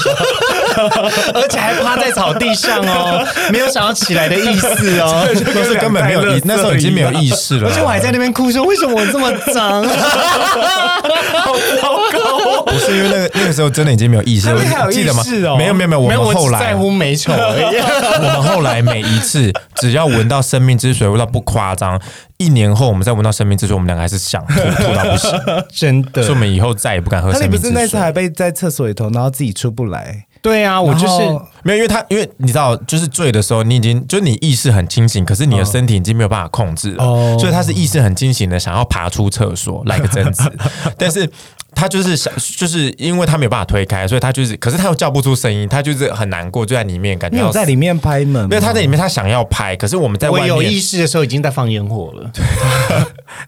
而且还趴在草地上哦，没有想要起来的意思哦。 都是根本没有意，那时候已经没有意识了。而且我还在那边哭说：“为什么我这么脏 啊不是因为那个那个时候真的已经没有意识，那我边还有记得吗意识？哦没有没有没有，？”我没有，们后我只来在乎美丑而已。我们后来每一次只要闻到生命之水，味道不夸张，一年后我们再闻到生命之水，我们两个还是想吐吐到 不行，真所以我的，们以后再也不敢喝他生你不命是之那次水。还被在厕所里头，然后自己出不来， 对啊，我就然是后没有，因为他因为你知道，就是醉的时候，你已经就是你意识很清醒，可是你的身体已经没有办法控制了，哦所以他是意识很清醒的，想要爬出厕 所来个贞子，但是他就是想，就是因为他没有办法推开，所以他就是，可是他又叫不出声音，他就是很难过，就在里面感觉你有到在里面拍门吗？没有他在里面，他想要拍，可是我们在我外面有意识的时候已经在放烟火了，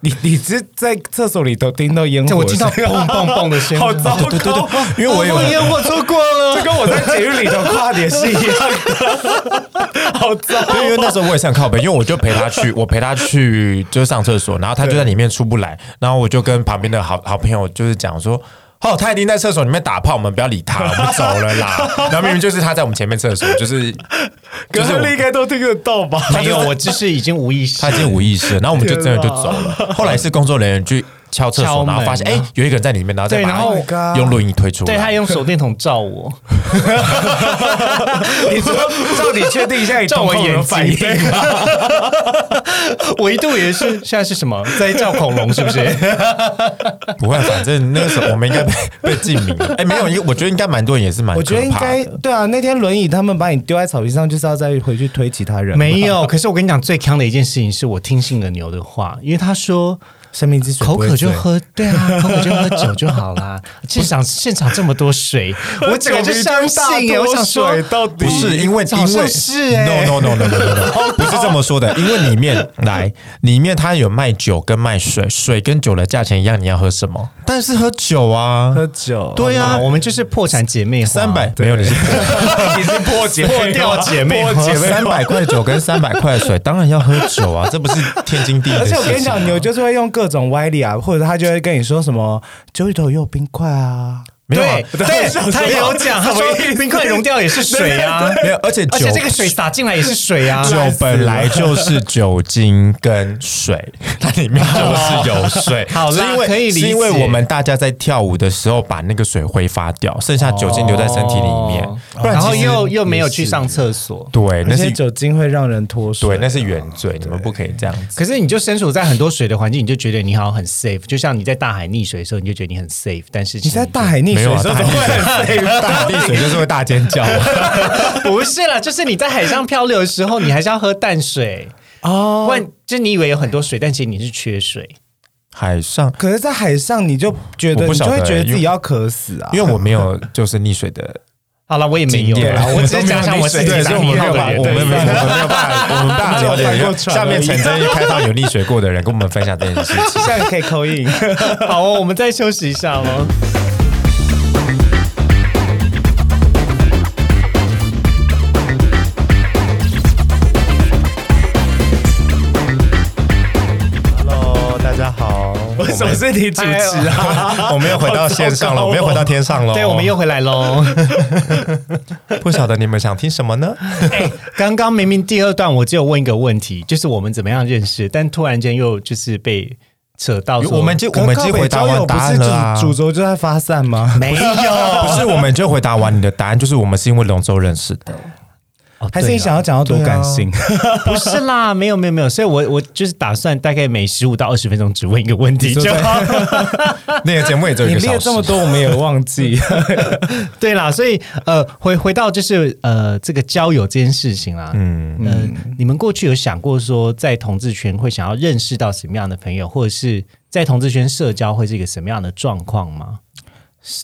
你你是在厕所里头听到烟火，我听到砰砰砰 的声音，好糟糕，对对对，因为我有哦烟火错过这了。跟我在监狱里头跨年是一样的，好糟。对，因为那时候我也是很靠北，因为我就陪他去， 我陪他去就是上厕所，然后他就在里面出不来，然后我就跟旁边的好好朋友就是讲说。哦，他一定在厕所里面打炮，我们不要理他，我们走了啦。 然后明明就是他在我们前面厕所，就是可就是是我应该都听得到吧？ 没有，我就是已经无意识他。已经无意识了，然后我们就真的就天哪走了。后来是工作人员去敲厕敲所，门然后发现啊哎、有一个人在里面，然后再对把然后，oh 他用轮椅推出来。 对他用手电筒照我， 你说，照你确定一下，你照我眼睛反应。 我一度也是，现在是什么 在照恐龙是不是？不会，啊反正那个时候我们应该被 被禁名了。哎、没有，因为我觉得应该蛮多人也是蛮我觉得应可怕的 该对啊，那天轮椅他们把你丢在草皮上，就是要再回去推其他 人。没有，可是我跟你讲，最坑的一件事情是我听信了牛的话，因为他说生命之水口不会渴就醉，喝，对啊，口渴就喝酒就好 啦。现场现场这么多水，我整个就相信耶、我想说，到底不是因为好因像为是欸 no no no no no no, no 不是这么说的，因为里面来里面它有卖酒跟卖水，水跟酒的价钱一样，你要喝什么？但是喝酒啊，喝酒，对啊，我们就是破产姐妹花三百没有你是你是破解 破掉姐妹花三百块酒跟三百块水，当然要喝酒啊，这不是天经地义的 而事且情啊。我跟你讲，牛就是会用各种歪理啊，或者他就会跟你说什么酒里头也有冰块啊，没有啊对对，他有讲，他说冰块融掉也是水啊， 没有，而且酒而且这个水洒进来也是水啊。酒本来就是酒精跟水， 它里面就是有水。 好啦是因为可以理解是因为我们大家在跳舞的时候把那个水挥发掉，剩下酒精留在身体里面，不哦然然后其实又又没有去上厕所。对，哎那那些是酒精会让人脱水。对，那是原罪，你们不可以这样子。可是你就身处在很多水的环境，你就觉得你好像很 safe，就像你在大海溺水的时候，你就觉得你很 safe，但是你在大海溺没水有的啊，时候大怎么 会力水，大力水就是会大尖叫 啊。不是啦，就是你在海上漂流的时候，你还是要喝淡水哦。不然，就你以为有很多水，但其实你是缺水。海上，可是，在海上你就觉得我不你晓就得会觉得自己要渴死啊！因为我没有就是溺水的好了，我也没经有验啦，我只是讲一下我是自己对，打所以我溺们没到有的人办，我们没有，我们没有办法，我 们大家了解我们只有翻过人。船下面而已陈真一开放有溺水过的人，跟我们分享这件事情。现在可以扣 印，对好哦，我们再休息一下哦。 Hello，大家好。为什么是你主持 啊？我们又回到线上了，我们又回到天上了。对，我们又回来喽。不晓得你们想听什么 呢？哎刚刚明明第二段我只有问一个问题，就是我们怎么样认识，但突然间又就是被扯到说我们就可我是们就回答完答案了啊靠北交友不是主主轴就在发散 吗？没哦有，不是，我们就回答完你的答案，就是我们是因为龙舟认识 的。啊还是你想要讲到多感性？不是啦，没有没有没有，所以我我就是打算大概每十五到二十分钟只问一个问题就好。那个节目也只有一啊你个小列时这。么多，我们也 忘记。 对啦，所以呃，回回到就是呃这个交友这件事情啦，嗯嗯、你们过去有想过说在同志圈会想要认识到什么样的朋友，或者是在同志圈社交会是一个什么样的状况吗？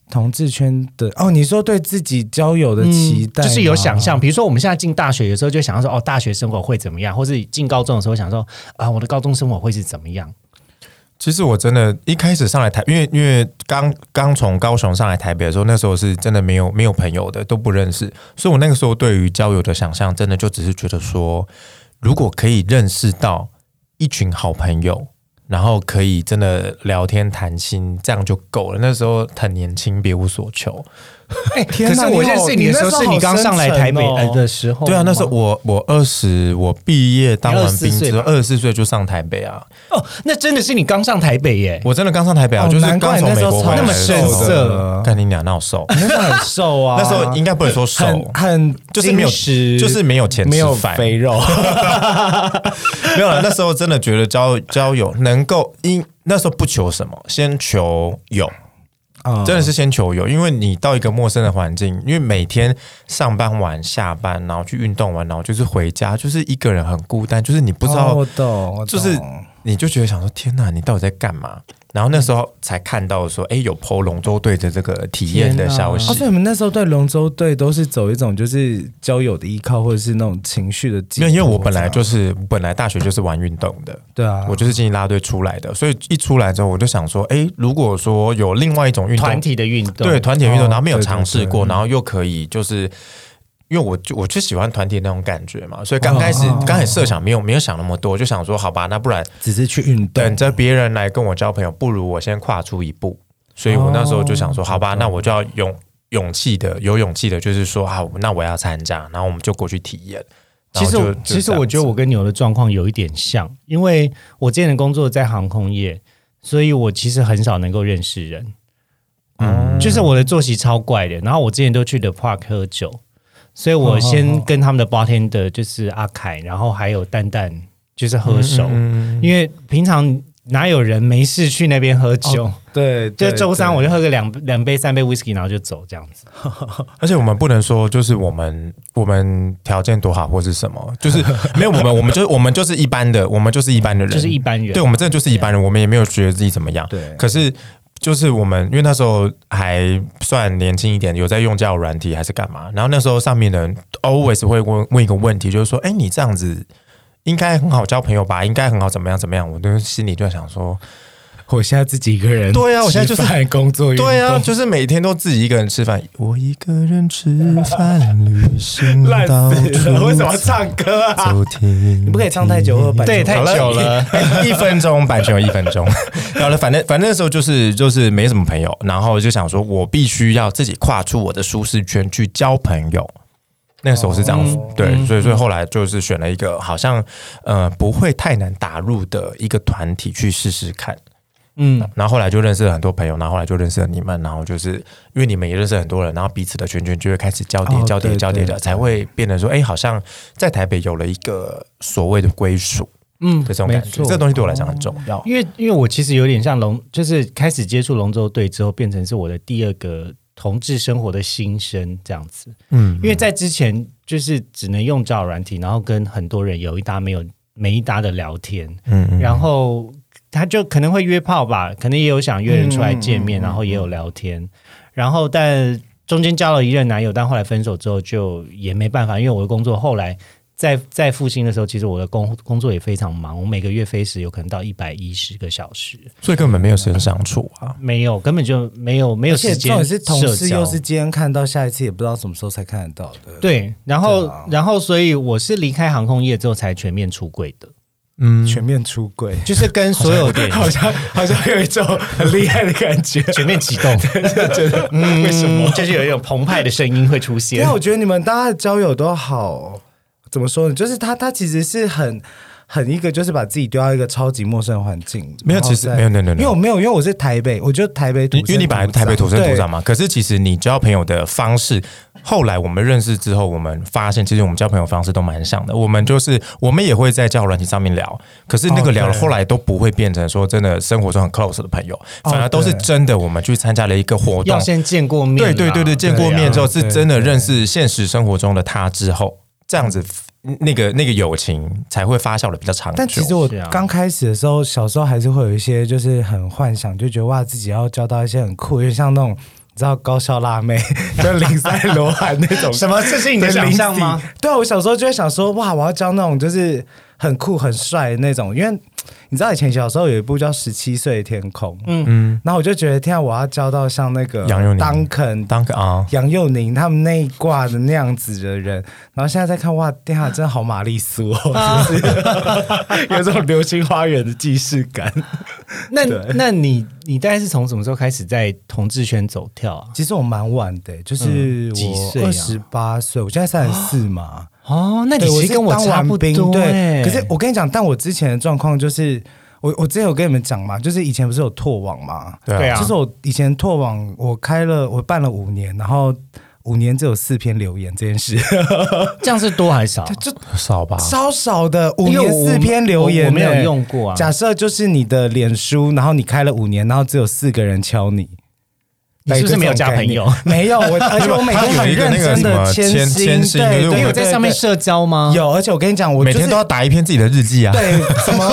同志圈的哦，你说对自己交友的期嗯待、啊就是有想象。，比如说我们现在进大学，有时候就想要说，哦，大学生活会怎么样，或是进高中的时候想说，啊，我的高中生活会是怎么样？其实我真的一开始上来台，因为因为刚刚从高雄上来台北的时候，那时候是真的没有没有朋友的，都不认识，所以我那个时候对于交友的想象，真的就只是觉得说，如果可以认识到一群好朋友，然后可以真的聊天谈心，这样就够了。那时候很年轻，别无所求。哎、可天是哪！我你认好识你的时候，是你刚上来台北你那时候呃的时候吗。好深沉哦对啊，那时候我我二十，我毕业当完兵你24岁之后，吧二十四岁就上台北啊，哦，那真的是你刚上台北耶，我真的刚上台北啊，哦就是难刚怪从那美时候国超回来的时候，深色看你俩那瘦。那时候很瘦啊， 那时候应该不能说瘦，哦很很就是没有，矜持就是没有钱没有吃饭，肥肉， 没有了。那时候真的觉得交交友能够因那时候不求什么，先求有，嗯真的是先求有，因为你到一个陌生的环境，因为每天上班完、下班，然后去运动完，然后就是回家，就是一个人很孤单，就是你不知道，哦我懂，我懂就是你就觉得想说，天哪，你到底在干嘛？然后那时候才看到说，哎、有 PO 龙舟队的这个体验的消息哦，，所以你们那时候对龙舟队都是走一种就是交友的依靠，或者是那种情绪的因寄为托这样。因为我本来就是本来大学就是玩运动的，对啊，我就是竞技啦队出来的，所以一出来之后，我就想说，哎、如果说有另外一种运动，团体的运动，对团体运动，哦然后没有对对尝试过，对然后又可以就是。因为我就我就喜欢团体那种感觉嘛，啊所以刚开始哦刚开始设想没有没有想那么多，就想说好吧，那不然只是去运动，等着别人来跟我交朋友，不如我先跨出一步。所以我那时候就想哦说，好吧，那我就要勇勇气的有勇气的，就是说啊，那我要参加，然后我们就过去体验。其然后实就我，其实我觉得我就跟牛的状况有一点像，因为我之前的工作在航空业，所以我其实很少能够认识人。嗯，就是我的作息超怪的。然后我之前都去 The Park 喝酒，所以我先跟他们的 bartender 就是阿凯，然后还有蛋蛋就是喝这熟样，嗯因为平常哪有人没事去那边喝酒？对，就对周三我就喝个两两杯三杯 whisky，然后就走这样子。而且我们不能说就是我们我们条件多好或是什么， 就是没有我们我们就是我们就是一般的，我们就是一般的人，就是一般人对我们真的就是一般人，我们也没有觉得自己怎么样。对可是就是我们因为那时候还算年轻一点，有在用交友软体还是干嘛，然后那时候上面的人 always 会问问一个问题，就是说，哎，你这样子应该很好交朋友吧？应该很好怎么样怎么样？我就心里就在想说，我现在自己一个人，对啊我现在就是吃饭工作，对运啊，动，就是每天都自己一个人吃饭，我一个人吃饭，旅行烂到 死了，处为什么要唱歌啊？走停，你不可以唱太久或者版对权太久了好，哎一一分钟版权有一分 钟。好了，反正反正那时候就是就是没什么朋友，然后就想说我必须要自己跨出我的舒适圈去交朋友。那个时候是这样哦子，嗯对，所以所以后来就是选了一个好像呃不会太难打入的一个团体去试试看。嗯，然后后来就认识了很多朋友，然后后来就认识了你们，然后就是因为你们也认识很多人，然后彼此的圈圈就会开始交叠、哦交叠、对交叠的，对才会变得说，哎，好像在台北有了一个所谓的归属，嗯，这种感没觉，错这个东西对我来讲很重要。因为因为我其实有点像龙，就是开始接触龙舟队之后，变成是我的第二个同志生活的新生这样子。嗯，因为在之前就是只能用交友软体，然后跟很多人有一搭没有没一搭的聊天，嗯嗯然后他就可能会约炮吧，可能也有想约人出来见嗯面，然后也有聊天，然后但中间交了一任男友，但后来分手之后就也没办法，因为我的工作后来。在在复兴的时候，其实我的工工作也非常忙，我每个月飞时有可能到一百一十个小时，所以根本没有时间相处啊。没有根本就没有没有而时且重间社点是交。同事又是今天看到，下一次也不知道什么时候才看得到的。对，然后、对啊然后所以我是离开航空业之后才全面出柜的，嗯，全面出轨，就是跟所有的好像好像有一种很厉害的感觉，全面启 动，觉得为什么？嗯，就是有一种澎湃的声音会出因现为。啊我觉得你们大家的交友都好，怎么说呢？就是他他其实是很很一个，就是把自己丢到一个超级陌生的环境。没有然后其实再没有没有没有因为我没有，因为我是台北，我就台北土因生为你本来土长台北土生土长对嘛，可是其实你交朋友的方式，后来我们认识之后，我们发现其实我们交朋友方式都蛮像的。我们就是我们也会在交友软体上面聊，可是那个哦聊对后来都不会变成说真的生活中很 close 的朋友，哦反而都是对真的我们去参加了一个活动要，先见过面啦，啊对对对对，见过面之后是对真的认识现实生活中的他之后，这样子那个那个友情才会发酵的比较长久。但其实我是啊刚开始的时候，小时候还是会有一些就是很幻想，就觉得哇自己要交到一些很酷，就像那种你知道高校 辣妹 就林赛罗韩那种什么？这是你的想象吗？ 对啊，我小时候就会想说，哇，我要交那种就是很酷很帅的那种，因为你知道以前小时候有一部叫《十七岁的天空》，嗯嗯，然后我就觉得天啊，我要交到像那个杨佑宁当肯、当个啊，杨佑宁他们那一挂的那样子的人，然后现在再看，哇，天啊，真的好玛丽苏哦，就是有种流星花园的既视感。那那你你大概是从什么时候开始在同志圈走跳啊？其实我蛮晚的、欸就是嗯几岁啊我二十八岁，我现在三十四嘛。哦，那你对其实跟我是当差完不兵多、欸对，可是我跟你讲，但我之前的状况就是，我我之前有跟你们讲嘛，就是以前不是有拓网嘛，对对啊啊，就是我以前拓网，我开了我办了五年，然后五年只有四篇留言这件事，啊这样是多还是少？少吧，超少的，五因为年我四篇留言、我我没有欸用过啊。假设就是你的脸书，然后你开了五年，然后只有四个人敲你，你是不是没有加朋友哎 对？就这种概念没 有，我而且我每天他有很一个认那个真什的么签签签心，信对就是对，你有对在上面对社交吗？有，而且我跟你讲，我每就是天都要打一篇自己的日记啊。对，什 么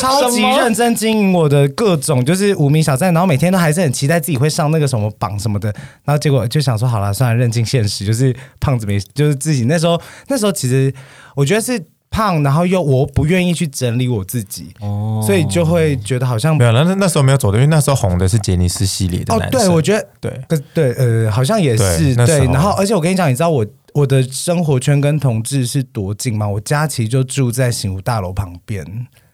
超级什么认真经营我的各种就是无名小站，然后每天都还是很期待自己会上那个什么榜什么的，然后结果就想说好了，算了，认清现实，就是胖子没，就是自己那时候那时候其实我觉得是胖，然后又我不愿意去整理我自己，哦所以就会觉得好像没有，那那那时候没有走的，因为那时候红的是杰尼斯系列的哦男，生。对，我觉得对可对，呃，好像也对是那时对。候然后，而且我跟你讲，你知道我我的生活圈跟同志是多近吗？我家其实就住在醒吾大楼旁边，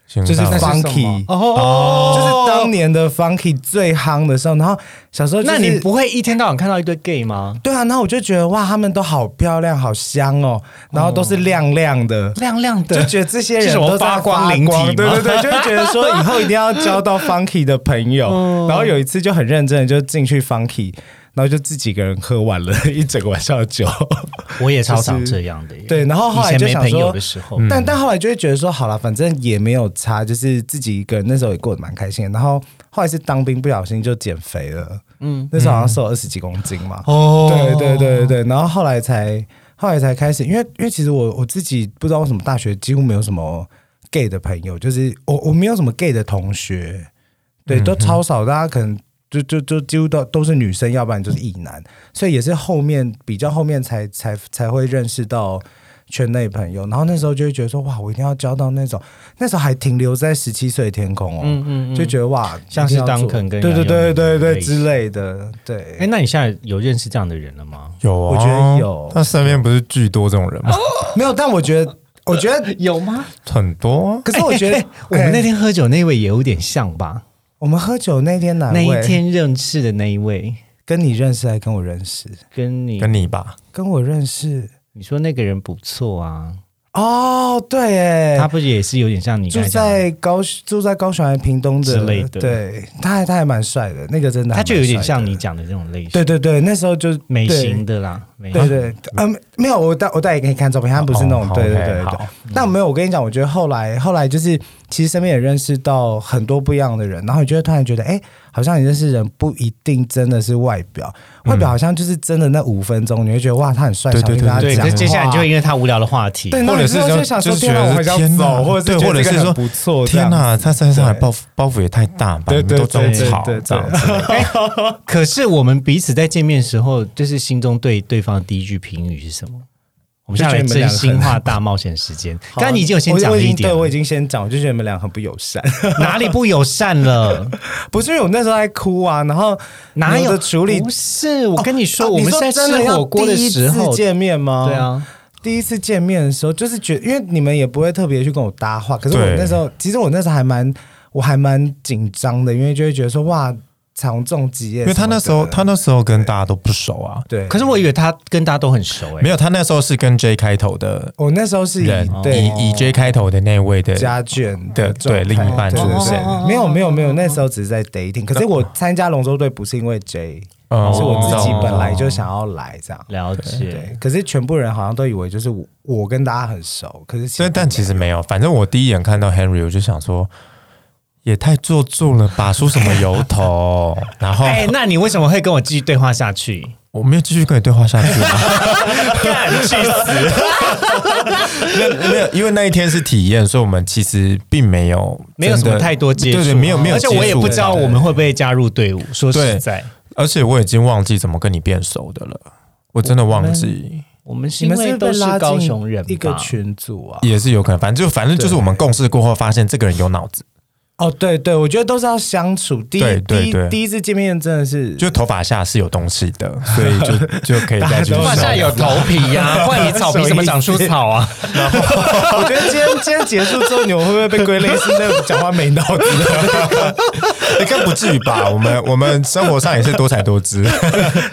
行就是那我 Funky，哦，就是当年的 Funky 最夯的时候。然后小时候、就是，那你不会一天到晚看到一堆 gay 吗？对啊？然后我就觉得哇，他们都好漂亮，好香哦，然后都是亮亮的。亮亮 就的，觉得这些是人什么都在发发光灵体吗对对对，就会觉得 说以后一定要交到 Funky 的朋友。嗯然后有一次就很认真的就进去 Funky，然后就自己一个人喝完了一整个晚上的 酒。我也超常这样的耶。对，然后后以来就前没想朋友说嗯的，时候，但但后来就会觉得说，好了，反正也没有差，就是自己一个人那时候也过得蛮开心的。然后后来是当兵不小心就减肥了，嗯，那时候好像瘦了二十几公斤嘛。哦对对对对对，然后后来才后来才开始，因为因为其实我我自己不知道为什么大学几乎没有什么 gay 的朋友，就是我我没有什么 gay 的同学，嗯对，都超少，大家可能就就就几乎都都是女生，要不然就是异男，所以也是后面比较后面才才才会认识到。圈内朋友，然后那时候就会觉得说，哇，我一定要交到那种，那时候还停留在十七岁的天空哦，嗯嗯嗯就觉得哇，像是一定要做 Duncan 跟对对对对杨佑对宁之类的，对。哎，那你现在有认识这样的人了吗？有啊，我觉得有他身边不是巨多这种人吗？没有，但我觉得，我觉得，有吗？很多啊。可是我 觉得，我们那哎天喝酒那位也有点像吧？我们喝酒那天哪那位一天认识的那一位，跟你认识还跟我认识？跟你跟你吧，跟我认识你说那个人不错啊，哦，对，他哎，不是也是有点像你住刚才讲的在高住在高雄还是屏东的之类的对，他还他还蛮帅的，那个真的他还蛮就帅的，有点像你讲的这种类型，对对对，那时候就美对型的啦，哎美对对，嗯，没有，我带我带也给你看照片，他不是那种，哦对对 OK，对对好。但没有，我跟你讲，我觉得后来后来就是，其实身边也认识到很多不一样的人，然后你就会突然觉得，哎，好像你认识人不一定真的是外表，外表好像就是真的那五分钟，你会觉得哇，他很嗯帅，对想对跟他对，对讲可话。是接下来你就会因为他无聊的话题，对，或者是那你就就会想说，就是天哪，觉我得很想天哪走，或者对是觉或得者这个是很说不错，这天样子哪，他身上还对包袱包袱也太大吧？对你们都对对种草对对这样 子。哎可是我们彼此在见面的时候，就是心中对对方的第一句评语是什么？我们现在来真心话大冒险时间。好刚才你已经有先我讲我了已一经点对了，我已经先讲，我就觉得你们俩很不友善。 哪里不友善了？不是因为我那时候在哭啊，然后哪牛有的处理不是，我跟你说，啊我们是在真吃要火锅的第一时次候，对见面吗？，啊，第一次见面的时候，就是觉因为你们也不会特别去跟我搭话，可是我对那时候，其实我那时候还蛮，我还蛮紧张的，因为就会觉得说哇，彩虹重击耶，因为他那时什候么的他那时候跟大家都不熟啊，对，可是我以为他跟大家都很熟哎、没有，他那时候是跟 J 开头的我那时候是以人，对以以 J 开头的那位的家眷的状对态另一半对出对对现，没有没有没有，那时候只是在 dating，可是我参加龙舟队不是因为 J，嗯是我自己知道本来就想要来这哦样。了解。对，可是全部人好像都以为就是我，我跟大家很熟，可是所以，但其实没有。反正我第一眼看到 Henry，我就想说，也太做作了吧，出什么由 头？然后哦哎、那你为什么会跟我继续对话下 去？我没有继续跟你对话下去 啊，干去死！没有没有，因为那一天是体验，所以我们其实并没有没有什真么的太多接触，对对，没有没有，而且我也不知道我。们会不会加入队伍。说对实在，而且我已经忘记怎么跟你变熟的了，我真的忘记，我们是你因们是不为是都被是拉高进雄人一个吧群组啊？也是有可能。反正就反正就是我们共事过后，发现这个人有脑子，哦，对对，我觉得都是要相处。第一对对第对一第一次见面真的是就头发下是有东西的，所以就就可以再去大家都换下有头 皮呀、啊，换你草皮怎么长出草啊？ 我觉得今天今天结束之后，你们会不会被归类是那种讲话没脑子 的？应该不至于吧？我们我们生活上也是多才多姿，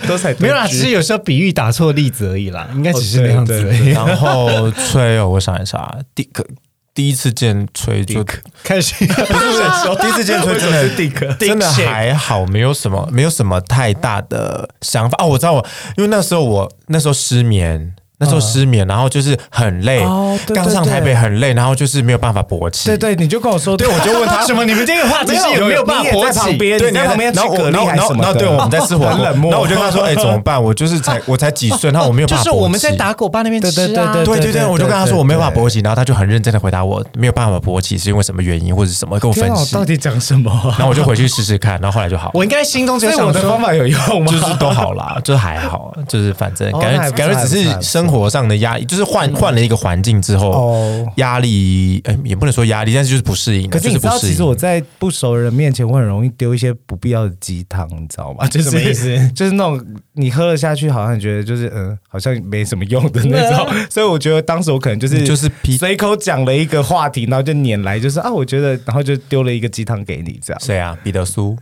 多才多没有啦，姿只是有时候比喻打错例子而已啦，应该只是那样子而哦对已。然后崔哦，我想一下，第可第一次见崔就开始不是不是，第一次见崔真 的真的还好，没有什么没有什么太大的想法哦。我知道我，因为那时候我那时候失眠。那时候失眠，然后就是很累哦，对对刚上台北很累，然后就是没有办法勃起。对对，你就跟我说，对，我 就问他什么？你们这个话题没是有有没有你办法也在勃旁起？边对，你然在后旁边然后吃我蛤然后蜊还然是后什然么后的对，我们在吃火 很锅，冷漠然后我就跟他说，哎，怎么办？我就是才我才几 岁，然后我没有 就办法是勃我们在起打狗吧那边吃啊，对对对对对对，我就跟他说对我没有办法勃起，然后他就很认真的回答我没有办法勃起是因为什么原因或者是什么，跟我天分啊，我析到，底讲什么 啊？然后我就回去试试看，然后后来就好，我应该心中只所有以我想的说方，法有用吗？就是都好啦，就是还好，就是反正哦感那觉还不感觉错只还不错还是不错嗯生活上的压抑，就是换换了一个环境之后哦。压力，哎，也不能说压力，但是就是不适应啊，可是就你是知不道，适其实应我。在不熟人面前，我很容易丢一些不必要的鸡汤，你知道吗？就是什么意思？就是那种你喝了下去，好像觉得就是嗯，好像没什么用的那种。 所以我觉得当时我可能就是你就是劈随口讲了一个话题，然后就撵来，就是啊，我觉得，然后就丢了一个鸡汤给你这样。谁啊？彼得 苏。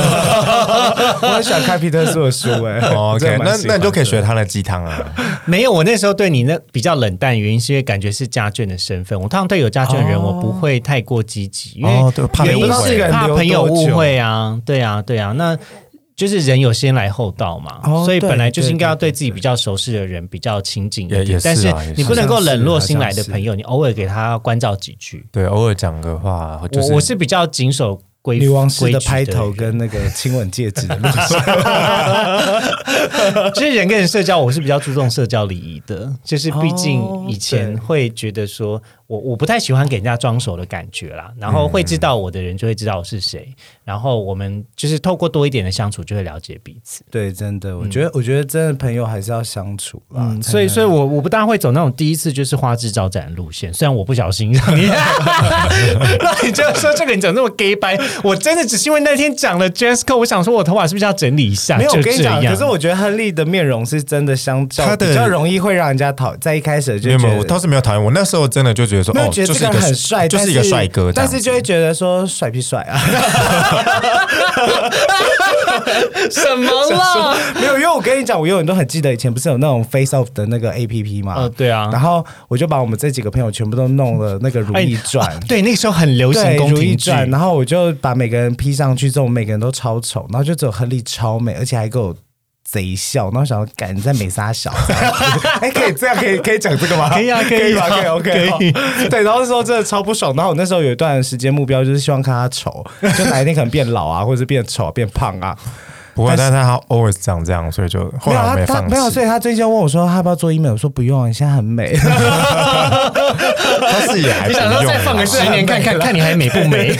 我很喜欢看皮特斯的书哎、 哦真 OK，的蛮那喜欢那你就可以的学他的鸡汤啊。 没有。我那时候对你那比较冷淡，原因是因为感觉是家眷的身份。我通常对有家眷的人，我不会太过积极，因为哦，对，哦怕原被因误是会。怕朋友误会啊，对啊，对啊，那。就是人有先来后到嘛，哦所以对本来就是对应该要对对自己比较熟识的人比较亲近一也点，也是啊但是也是你不能够好像是冷落新来好的像是朋友，你偶尔给他关照几句。对，偶尔讲个话，就我我是比较谨守规女王式规的矩拍头人跟那个亲吻戒指的路上， 其实人跟人社交，我是比较注重社交礼仪的，就是毕哦竟以前对会觉得说我我不太喜欢给人家装熟的感觉啦，然后会知道我的人就会知道我是谁，然后我们就是透过多一点的相处就会了解彼此。对，真的，我觉得，我觉得真的朋友还是要相处啦。嗯，所以，所以我我不大会走那种第一次就是花枝招展的路线。虽然我不小心 让你， 让你这样说这个你怎么那么 gay 白？我真的只是因为那天讲了 Jessica，我想说我头发是不是要整理一下？啊没有，我就跟你这讲，样可是我觉得亨利的面容是真的相较他的比较容易会让人家讨，在一开始没就有觉没有，我得倒是没有讨厌。我那时候真的就觉得说，没哦，有觉就是得这一个个人很帅，就但是一个帅哥这但样子，是就会觉得说帅不帅啊？ 什么啦？没有，因为我跟你讲，我永远都很记得以前不是有那种 Face Off 的那个 A P P 嘛？呃哦对啊然后我就把我们这几个朋友全部都弄了那个《如哎懿传》啊对，那个时候很流行对，宫如懿廷剧，传》，然后我就把每个人 P 上去，之后每个人都超丑，然后就只有亨利超美，而且还给我贼笑，然后想要赶你在美莎小，这样子 哎、可以这样，可以可以讲这个吗？可以啊可可以吧，啊 可以 OK，可以好对，然后那时候真的超不爽，然后我那时候有一段时间目标就是希望看他丑，就哪一天可能变老啊，或者是变丑、变胖啊。不过，但是他 always 长这样，所以就后没有来我他没他放弃。没有，所以他最近问我说他要不要做医美，我说不用啊，你现在很美。 他是也还你不想说用再放个啦十年看看看你还美不美？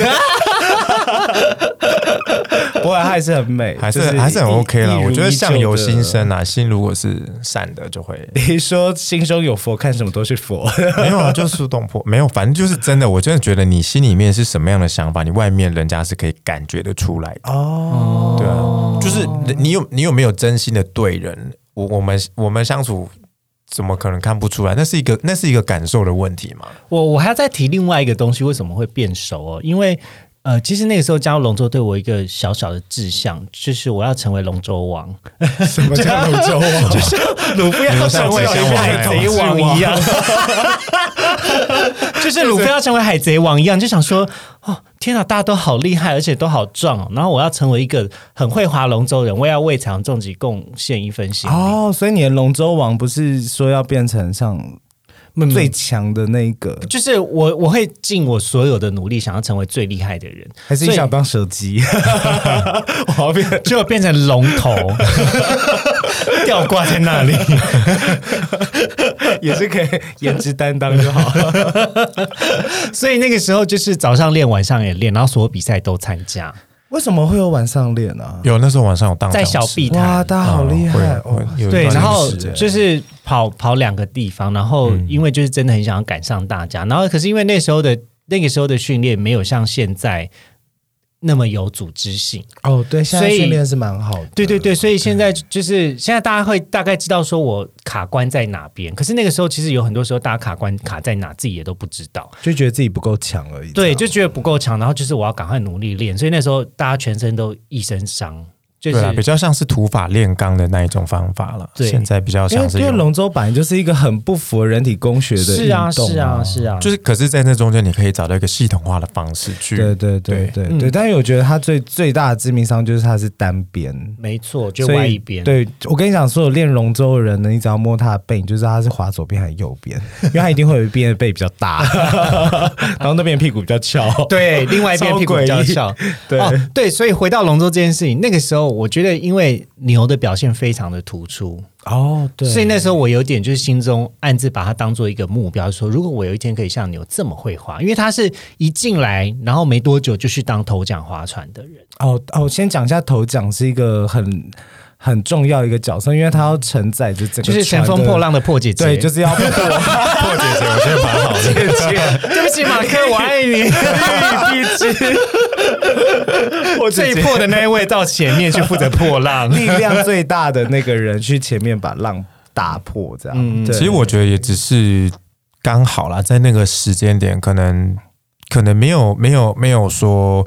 不过还是很美，还是就还是很 OK 一啦。如我觉得一旧相由的心生啊，心如果是善的， 就会你说心中有佛，看什么都是 佛。没有啊，就是树洞破没有，反正就是真的。我真的觉得你心里面是什么样的想法，你外面人家是可以感觉得出来的。哦，对啊，就是你有你有没有真心的对人？我我们我们相处怎么可能看不出来？那是一个那是一个感受的问题嘛。 我我还要再提另外一个东西，为什么会变熟哦？因为呃，其实那个时候加入龙舟队，我有一个小小的志向，就是我要成为龙舟 王，什么啊叫泸州 王？就是鲁夫要成为海贼王一样，就是鲁夫要成为海贼王一样，就想说哦，天哪，大家都好厉害，而且都好壮、哦，然后我要成为一个很会划龙舟的人，我也要为长重疾贡献一份心力。哦，所以你的龙舟王不是说要变成像最强的那一个，就是我我会尽我所有的努力，想要成为最厉害的人，还是你所以想当蛇姬？我要变。结果变成龙头， 吊挂在那里。 也是可以颜值担当就好。所以那个时候就是早上练，晚上也练，然后所有比赛都参加。为什么会有晚上啊练呢？有那时候晚上有当在小碧臂，潭哇，大家好厉嗯害会哦！会有一对，段然后时间就是跑跑两个地方，然后因为就是真的很想要赶上大家，然后可是因为那时候的那个时候的训练没有像现在那么有组织性，哦，对，现在所以训练是蛮好的。对对对，所以现在就是现在大家会大概知道说我卡关在哪边，可是那个时候其实有很多时候大家卡关卡在哪自己也都不知道，就觉得自己不够强而已。对，就这样觉得不够强，然后就是我要赶快努力练，所以那时候大家全身都一身伤，就是对啊啊啦，比较像是土法炼钢的那一种方法了。对现在比较因像是为因有为哎龙舟本来就是一个很不符合人体工学的是啊运动是啊是啊，就是，可是，在那中间你可以找到一个系统化的方式去。对对对对嗯对对，但是我觉得它最最大的致命伤就是它是单边，没错，就所以歪一边，对我跟你讲，所有练龙舟的人呢，你只要摸他的背，你就知道他是划左边还是右 边，因为他一定会有一边的背比较大， 然后那边屁股比较翘。对，另外一 边屁股比较翘。对哦，对，所以回到龙舟这件事情，那个时候我觉得，因为牛的表现非常的突出，哦，对，所以那时候我有点就是心中暗自把它当做一个目标，说如果我有一天可以像牛这么会划，因为他是一进来，然后没多久就去当头奖划船的人，哦哦，先讲一下头奖是一个很很重要一个角色，因为他要承载就整个就是乘风船的破，浪的破姐姐。对，就是 要破破解解，我觉得蛮好的。对不起， 马克，我爱你。破最破的那一位到前面去负责破浪。力量最大的那个人去前面把浪打破，这样。对其实嗯我觉得也只是刚好啦，在那个时间点，可能可能没有没有没有说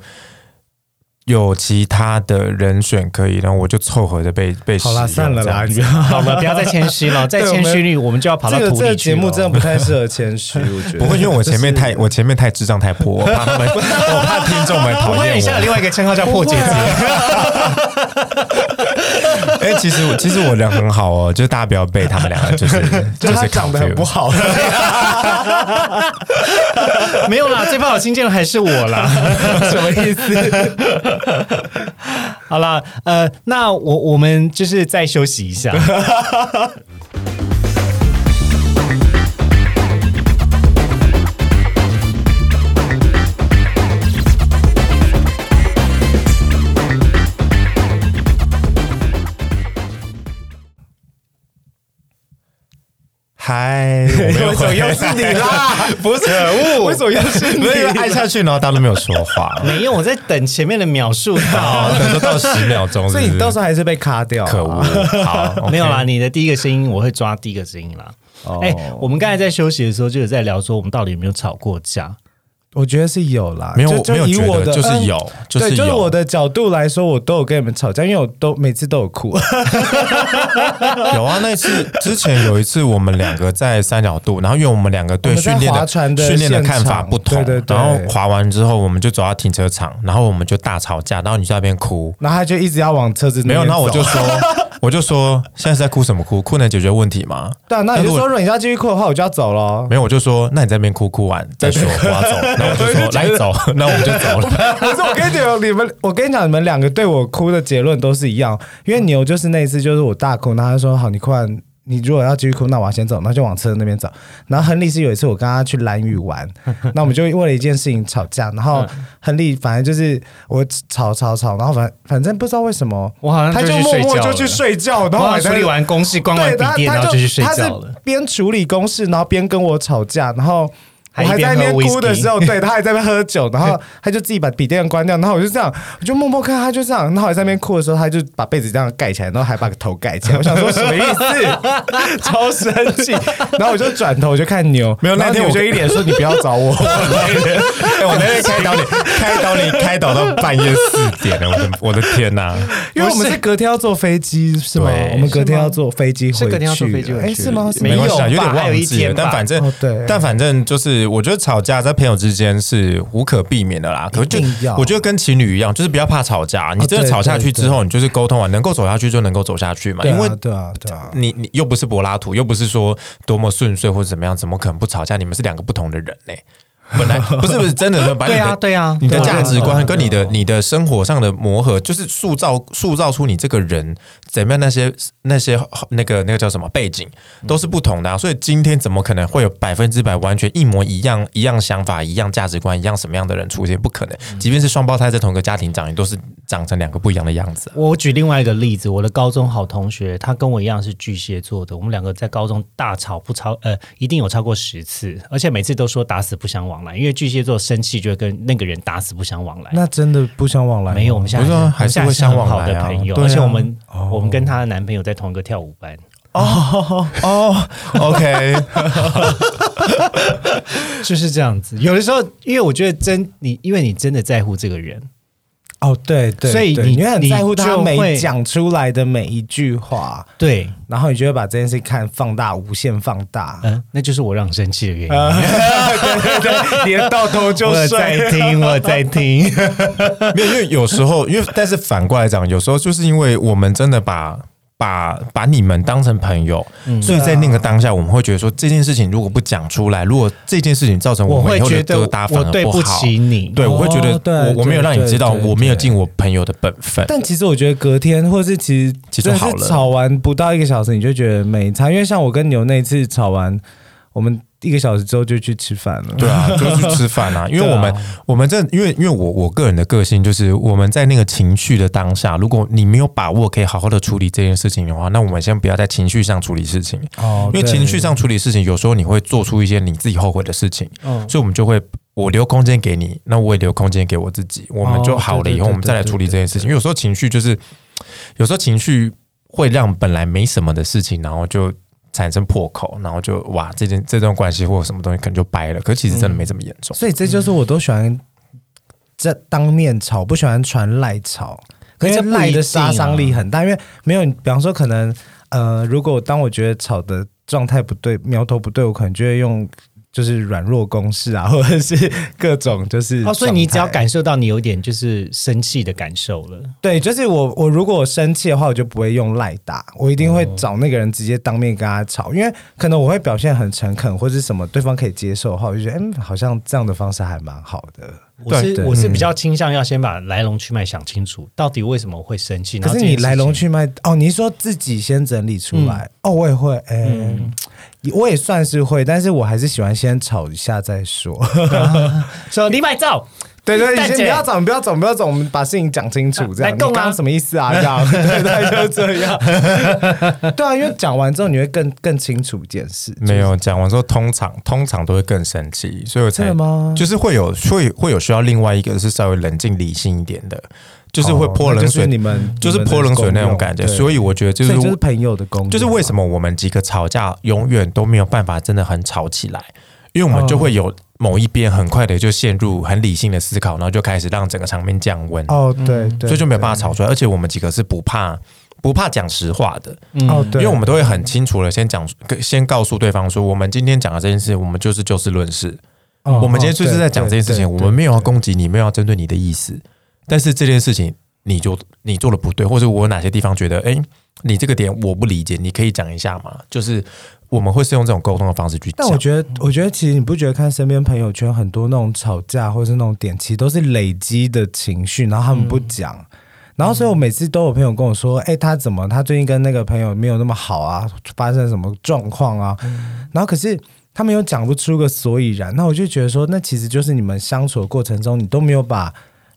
有其他的人选可以，然后我就凑合着被被好啦，使用算了啊这样子啦，你不要 好了，不要再谦虚了，再对我谦们虚率我们就要跑到这个土这里个去节了。目真的不太适合谦 虚，我觉不得会，因为我前面太就是我前面太智障太破，我怕 他们，我怕听众们我讨发现厌你现在有我。另外一个称号叫破姐姐， 哎，其实我其实我人很好哦，就是大家不要被他们两个 就是 就是他长得很不 confuse 好，没有 啦，最不好新建的还是我啦，什么意思？ 好啦，呃，那我我们就是再休息一 下。嗨， 我 没有回来是你 啦，不是可恶，为什么又是没有按下去，然后大家都没有说 话，没有，我在等前面的秒数到。哦，等说到十秒钟，所以是不你是到时候还是被卡掉，啊可恶。， 好，没有啦，你的第一个声音我会抓第一个声音啦。哦哎、我们刚才在休息的时候就有在聊说，我们到底有没有吵过架？我觉得是有啦，没有就就没有以觉得我的就是嗯有就是对，就是有我的角度来说，我都有跟你们吵架，因为我都每次都有哭， 有啊，那次之前有一次我们两个在三角渡，然后因为我们两个对我们在训练划的船的训练的现看法场不同，对对对然后划完之后我们就走到停车场，然后我们就大吵架，然后你就在那边哭，然后他就一直要往车子那没边有，那我走啊就说我就说现在是在哭什么哭？哭能解决问题吗？对啊，那你但是就我说如果你要继续哭的话，我就要走了。没有，我就说那你在那边哭哭完再说，我要走，然后我就说来走，那我们就走了。可是我跟你讲，你们我跟你讲，你们两个对我哭的结论都是一样，因为牛就是那一次就是我大哭，然后他说好，你哭完。你如果要继续哭，那我要先走，那就往车那边走。然后亨利是有一次我跟他去蓝屿玩，那我们就为了一件事情吵架。然后亨利反正就是我吵吵吵，然后反反正不知道为什么，我好像他就就去默睡默觉就了去睡觉，然我后好还像在处理完公事，关完对，笔他电，他然后就就去睡他是觉了。边处理公事，然后边跟我吵架，然后。我还一还边在那边喝 whisky 哭的时 候，对他还在那边喝酒，然后他就自己把笔电关掉，然后我就这样，我就默默看他就这样，然后还在那边哭的时候，他就把被子这样盖起来，然后还把头盖起来，我 想说什么意思？超生气，然后我就转头我就看牛，没有那然后天牛我就一脸说你不要找我， 哎，我在那边开导你，开导你， 开导到半夜四点了，我的我的天哪！ 因为我们是隔天要坐飞机是吗对？我们隔天要坐飞机回去，是隔天要坐飞机回去哎是吗？没没关系啊，有有吧点还有忘一记天了，吧但反正、哦对但反正就是，我觉得吵架在朋友之间是无可避免的啦。可是就一定要我觉得跟情侣一样，就是不要怕吵架，你真的对吵下去对之后，你就是沟通完，能够走下去就能够走下去嘛，对啊因为。对啊对啊，你你又不是柏拉图，又不是说多么顺遂或者怎么样，怎么可能不吵架？你们是两个不同的人呢、本来不是不是真的，本来对你啊的对啊，你的对啊价值观跟你的你的生活上的磨合，就是塑造塑造出你这个人怎么样那些那些那个那个叫什么背景嗯都是不同的、啊，所以今天怎么可能会有百分之百完全一模一样一样想法、一样价值观、一样什么样的人出现？不可能，嗯即便是双胞胎在同一个家庭长，也都是长成两个不一样的样子啊、我举另外一个例子，我的高中好同学，他跟我一样是巨蟹座的，我们两个在高中大吵不超呃，一定有超过十次，而且每次都说打死不相往来，因为巨蟹座生气就会跟那个人打死不相往来。那真的不相往来吗。没有，我们现在不是啊我们现在还是会相很往好来的啊朋友，对啊而且我们、我们跟她的男朋友在同一个跳舞班，哦，OK，就是这样子。有的时候，因为我觉得真你，因为你真的在乎这个人，哦，对对，所以对你因为很你在乎他就每会讲出来的每一句话，对，然后你就会把这件事情看放大，无限放 大。嗯、那就是我让你生气的原因。对对对，连到头就我有睡。在听，我有在听。 没有，因为有时候，因为但是反过来讲，有时候就是因为我们真的把把把你们当成朋友，嗯所以在那个当下，我们会觉得说这件事情如果不讲出来，如果这件事情造成我们会以后觉的得疙瘩，反我而对不不好。起你。对，我会觉哦对得我我没有让你知道，对对对我没有尽我朋友的本分。但其实我觉得隔天，或是其实其实真的是好了吵完不到一个小时，你就觉得没差。因为像我跟牛那次吵完，我们一个小时之后就去吃饭了。对啊，就是去吃 饭啊，因为对啊我们、我们这因为因为我我个人的个性就是我们在那个情绪的当下，如果你没有把握可以好好的处理这件事情的话，那我们先不要在情绪上处理事情，哦因为情绪上处理事情，有时候你会做出一些你自己后悔的事情，嗯所以我们就会我留空间给你，那我也留空间给我自己，我们就好了以后，对对对我们再来处理这件事情。因为有时候情绪就是，有时候情绪会让本来没什么的事情，然后就产生破口，然后就哇，这件这段关系或者什么东西可能就掰了。可其实真的没这么严重。所以这就是我都喜欢这当面吵，不喜欢传赖吵，可是因这不一定为啊赖的杀伤力很大。因为没有，比方说可能呃，如果当我觉得吵的状态不对，苗头不对，我可能就会用就是软弱攻势啊， 或者是各种就是哦，所以你只要状态感受到你有点就是生气的感受了，对，就是我我如果我生气的话，我就不会用赖打，我一定会找那个人直接当面跟他吵，因为可能我会表现很诚恳或者什么，对方可以接受的话，我就觉得嗯，好像这样的方式还蛮好的。我是对我是比嗯较倾向要先把来龙去脉想清楚，到底为什么会生气。可然后是这件你事情嗯来龙去脉哦，你是说自己先整理出来、哦，我也会，哎、我也算是会，但是我还是喜欢先吵一下再说。 说李百照，对对，蛋你先姐不要吵，你不要吵，你不要吵，我们把事情讲清楚，这来样。你供啊刚刚什么意思啊？这 样，对对，就这样。对啊，因为讲完之后你会更更清楚一件事。没有讲完之后，通常通常都会更生气，所以我才真的吗就是会有会会有需要另外一个是稍微冷静理性一点的，就是会泼冷水，哦那就是你们就是泼冷水那种感觉。所以以我觉得就所是以就是朋友的功用，啊就是为什么么我们几个吵架永远都没有办法真的很吵起来，因为我们哦就会有某一边很快的就陷入很理性的思考，然后就开始让整个场面降温，哦，对对，嗯所以就没有办法。法吵出来。而且我们几个是不怕不怕讲实话的，哦，因对，为我们都会很清楚的先讲，先告诉对方说，我们今天讲的这件事，我们就是就事论事。哦我们今天就是在讲这件事情，对对我对们没有要攻击你，没有要针对你的意思。但是这件事情，你就你做的不对，或者我有哪些地方觉得，哎、你这个点我不理解，你可以讲一下吗？就是我们会是用这种沟通的方式去讲但我。觉得，我觉得其实你不觉得看身边朋友圈很多那种吵架或是那种点，其实都是累积的情绪，然后他们不讲。嗯然后，所以我每次都有朋友跟我说：“哎、他怎么？他最近跟那个朋友没有那么好啊，发生什么状况啊？”嗯然后，可是他们又讲不出个所以然。那我就觉得说，那其实就是你们相处的过程中，你都没有把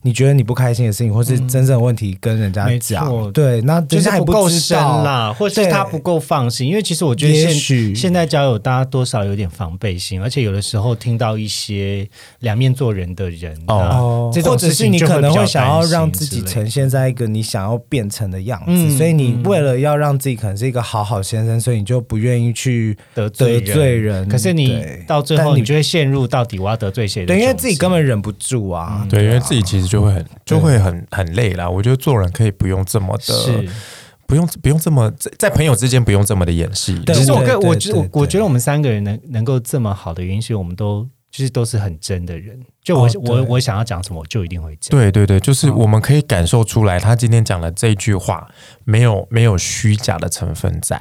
你觉得你不开心的事情或是真正的问题跟人家嗯没讲。错对，那就人是家也不够知深道啦，或者是对他不够放心。因为其实我觉得也现许现在交友大家多少有点防备心，而且有的时候听到一些两面做人的人哦啊哦，这或种者事是情你就可能比较会想要担心让自之己类的呈现在一个你想要变成的样子，嗯所以你为了要让自己可能是一个好好先生，所以你就不愿意去得罪得人罪人。可是你对到最但后，你你就会陷入到底我要得罪谁的对，因为窘自己境根本忍不住啊。嗯对，因为自己其实就会很就会很很累啦。我觉得做人可以不用这么的是，。不用不用这么在在朋友之间不用这么的演戏。对其实我对跟对我觉对我我对觉得我们三个人能能够这么好的原因，是我们都就是都是很真的人。就我、哦对我我想要讲什么，我就一定会讲。对对对，就是我们可以感受出来，他今天讲的这句话没有没有虚假的成分在。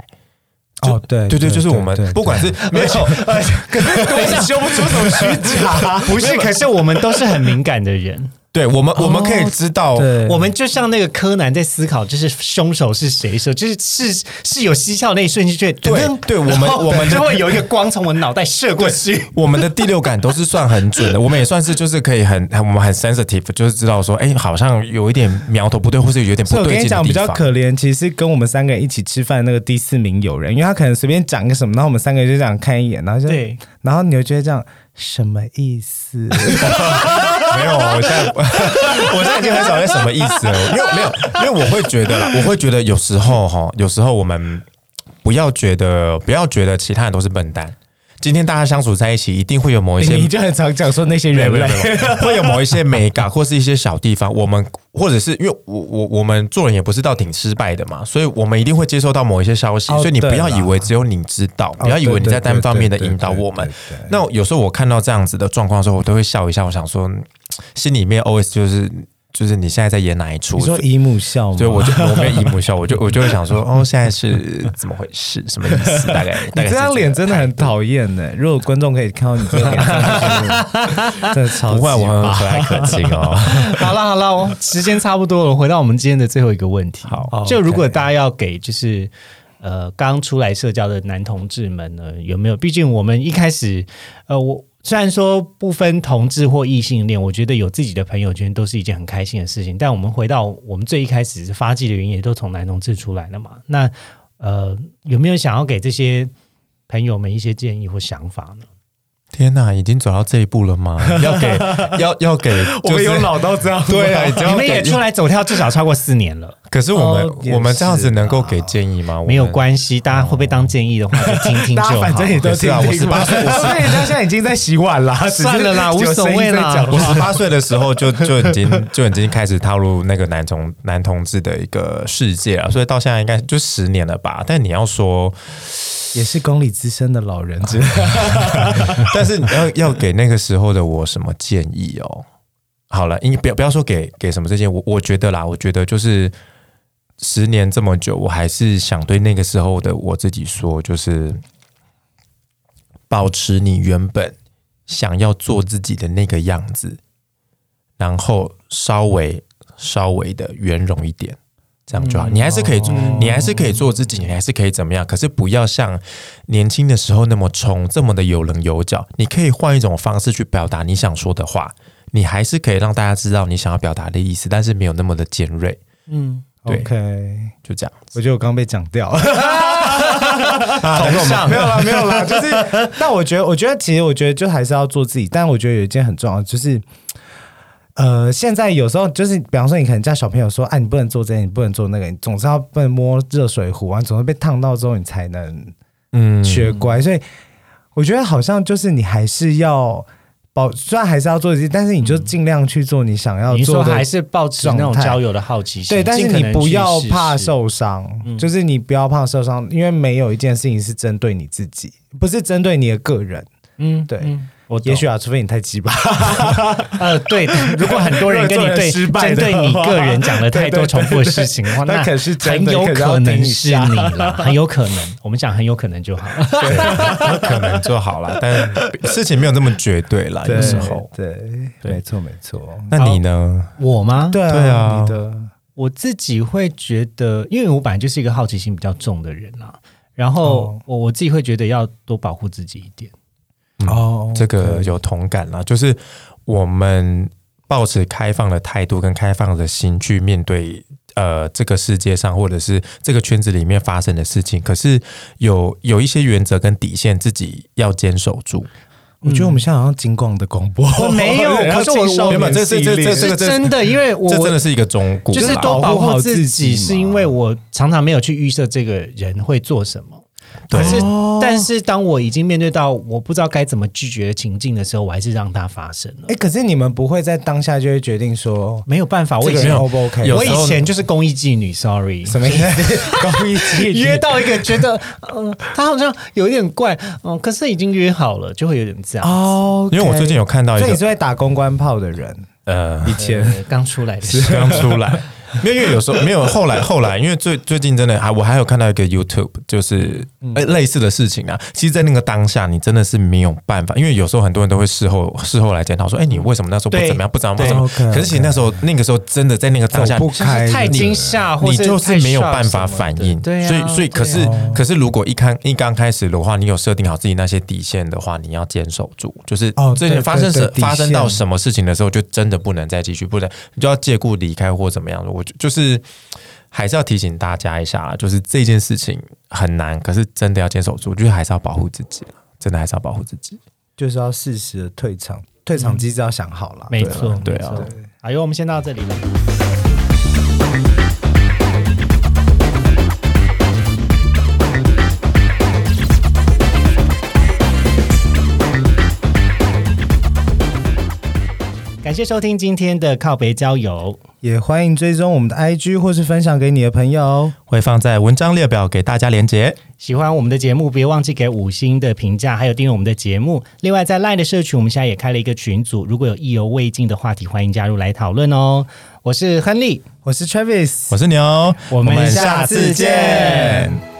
就哦对对对，对就是我对们对不管是没有， 呃等一下，修不出什么虚假，不是？可是我们都是很敏感的人， 对我们我们可以知道，对我们就像那个柯南在思考，就是凶手是谁的时候，就是是是有蹊跷那一瞬间，就对对我们 然后我们的就会有一个光从我脑袋射过去。我们的第六感都是算很准的，我们也算是就是可以很很我们很 sensitive，就是知道说，哎、好像有一点苗头不对，或是有点所以不我对跟劲你的讲，地比较方。可怜，其实是跟我们三个人一起吃饭的那个第四名友人，因为他可能随便讲个什么，然后我们三个人就这样看一眼，然后就对，然后你就觉得这样什么意 思？没有，我现在我现在已经很少在什么意思了，因为没有，因为我会觉得啦，我会觉得有时候哈，有时候我们不要觉得不要觉得其他人都是笨蛋。今天大家相处在一起，一定会有某一些你就很常讲说那些没有人没有没，类有没有会有某一些美感或是一些小地方，我们或者是因为我我我们做人也不是到挺失败的嘛，所以我们一定会接受到某一些消息，哦所以你不对要啦哦以为只有你知道，不要以为你在单方面的引导我们。那有时候我看到这样子的状况的时候，我都会笑一笑，我想说嗯心里面 always 就是就是你现在在演哪一出？ 你说姨母笑吗？所以我就我没有姨母笑， 我就我就会想说，哦，现在是怎么回事？什么意思？大概大概 你这是张个脸真的很讨厌 呢。如果观众可以看到你这张脸，真的超不级会，啊我很和蔼可亲 哦。 好了好了，我时间差不多了，回到我们今天的最后一个问题。好就如果大家要给就是呃刚出来社交的男同志们呢，有没有？毕竟我们一开始呃我。虽然说不分同志或异性恋，我觉得有自己的朋友圈都是一件很开心的事情。但我们回到我们最一开始发迹的原因，也都从男同志出来的嘛。那呃，有没有想要给这些朋友们一些建议或想法呢？天呐，已经走到这一步了吗？ 要给 要要给，我就是们有老到这样吗， 对啊，已经你要们给也出来走跳至少超过四年了。可是我们、哦也我们这样子是能够给建议吗？我们啊没有， 关系，大家会被当建议的话就听听就哦 大好。家反正也都也是听啊我听18嘛，岁我所以人家现在已经在洗碗 啦，只是算了啦无所谓啦有声音在讲我十八岁的时候就就已经就已经开始踏入那个男同男同志的一个世界了，所以到现在应该就十年了吧。但你要说，也是公里资深的老人 之类的。但是你要要给那个时候的我什么建议哦？好了，应不要不要说给给什么这些，我我觉得啦，我觉得就是十年这么久，我还是想对那个时候的我自己说，就是保持你原本想要做自己的那个样子，然后稍微稍微的圆融一点，这样就好。你还是可以做，你还是可以做自己，你还是可以怎么样？可是不要像年轻的时候那么冲，这么的有棱有角。你可以换一种方式去表达你想说的话，你还是可以让大家知道你想要表达的意思，但是没有那么的尖锐。嗯，对 OK，就这样，我觉得我刚被讲掉。头上 没有啦，啊没有啦，就是， 但我觉得，我觉得其实，我觉得就还是要做自己。但我觉得有一件很重要的，就是，呃，现在有时候就是，比方说，你可能叫小朋友说，哎、你不能做这个，你不能做那个，你总是要不能摸热水壶啊，总是被烫到之后，你才能嗯，学乖。所以我觉得好像就是你还是要保，虽然还是要做自己，但是你就尽量去做你想要你说做的还是保持那种交友的好奇心，对，但是尽可你能不要去试试嗯怕。受伤，就是你不要怕受伤，因为没有一件事情是针对你自己，不是针对你的个人。嗯，对嗯我懂也许啊，除非你太鸡巴，呃，对， 如果很多人跟你对如果做针人失败的话对你个人讲了太多重复的事情的话，对对对对那可是真很的有可是要可听能一是下你啦，很有可能。我们讲很有可能就好。 对，可能就好了，但事情没有那么绝对啦，有时候。对，没错没错，那你呢？我吗？对对啊你的我自己会觉得，因为我本来就是一个好奇心比较重的人啊，然后哦我我自己会觉得要多保护自己一点。哦这个有同感啦，就是我们保持开放的态度跟开放的心去面对呃这个世界上或者是这个圈子里面发生的事情，可是有有一些原则跟底线自己要坚守住。我觉得我们现在好像金广的广播，我没 有可是我我原原本本这这这这这这这这这这是真的，因为我这真的是一个忠告啦，就是多保保护护好自自己，己是嘛因为我常常没有去预设这个人会做什么。对可是，但是当我已经面对到我不知道该怎么拒绝的情境的时候，我还是让它发生了哎，。可是你们不会在当下就会决定说没有办法，我以这个前人 O 不 OK？有我时候以前就是公益妓女，sorry。什么意思？高一级约到一个觉得， 嗯、他好像有一点怪，嗯、可是已经约好了，就会有点这样。哦，因为我最近有看到一所以你个是会打公关炮的人，呃，以前呃刚出来的时候，刚出来， 没有，因为有时候没有。后来后来，因为最最近真的还我还有看到一个 YouTube，就是哎、类似的事情啊。其实，在那个当下，你真的是没有办法，因为有时候很多人都会事后事后来检讨说，哎、你为什么那时候不对怎么样，不怎么样，对不怎么样。 ，OK，OK 可是其实那时候那个时候真的在那个当下，走不就是开太你惊吓，或你是就是太没有 shock 办法什么反的应，对啊，所以所以可是、哦 可是如果一刚一刚开始的话，你有设定好自己那些底线的话，你要坚守住，就是哦之前对发生对什对底发生到线什么事情的时候，就真的不能再继续，不能你就要借故离开或怎么样的。我就就是还是要提醒大家一下啦，就是这件事情很难，可是真的要坚守住，就是还是要保护自己啦真的还是要保护自己。就是要适时的退场，退场机制要想好了。没错，对啊没错。好，因为我们先到这里了。感谢收听今天的靠北交友，也欢迎追踪我们的 IG 或是分享给你的朋友哦。会放在文章列表给大家连接。喜欢我们的节目，别忘记给五星的评价，还有订阅我们的节目。另外，在 LINE 的社群，我们现在也开了一个群组，如果有意犹未尽的话题，欢迎加入来讨论哦。我是亨利，我是 Travis，我是牛，我们下次见。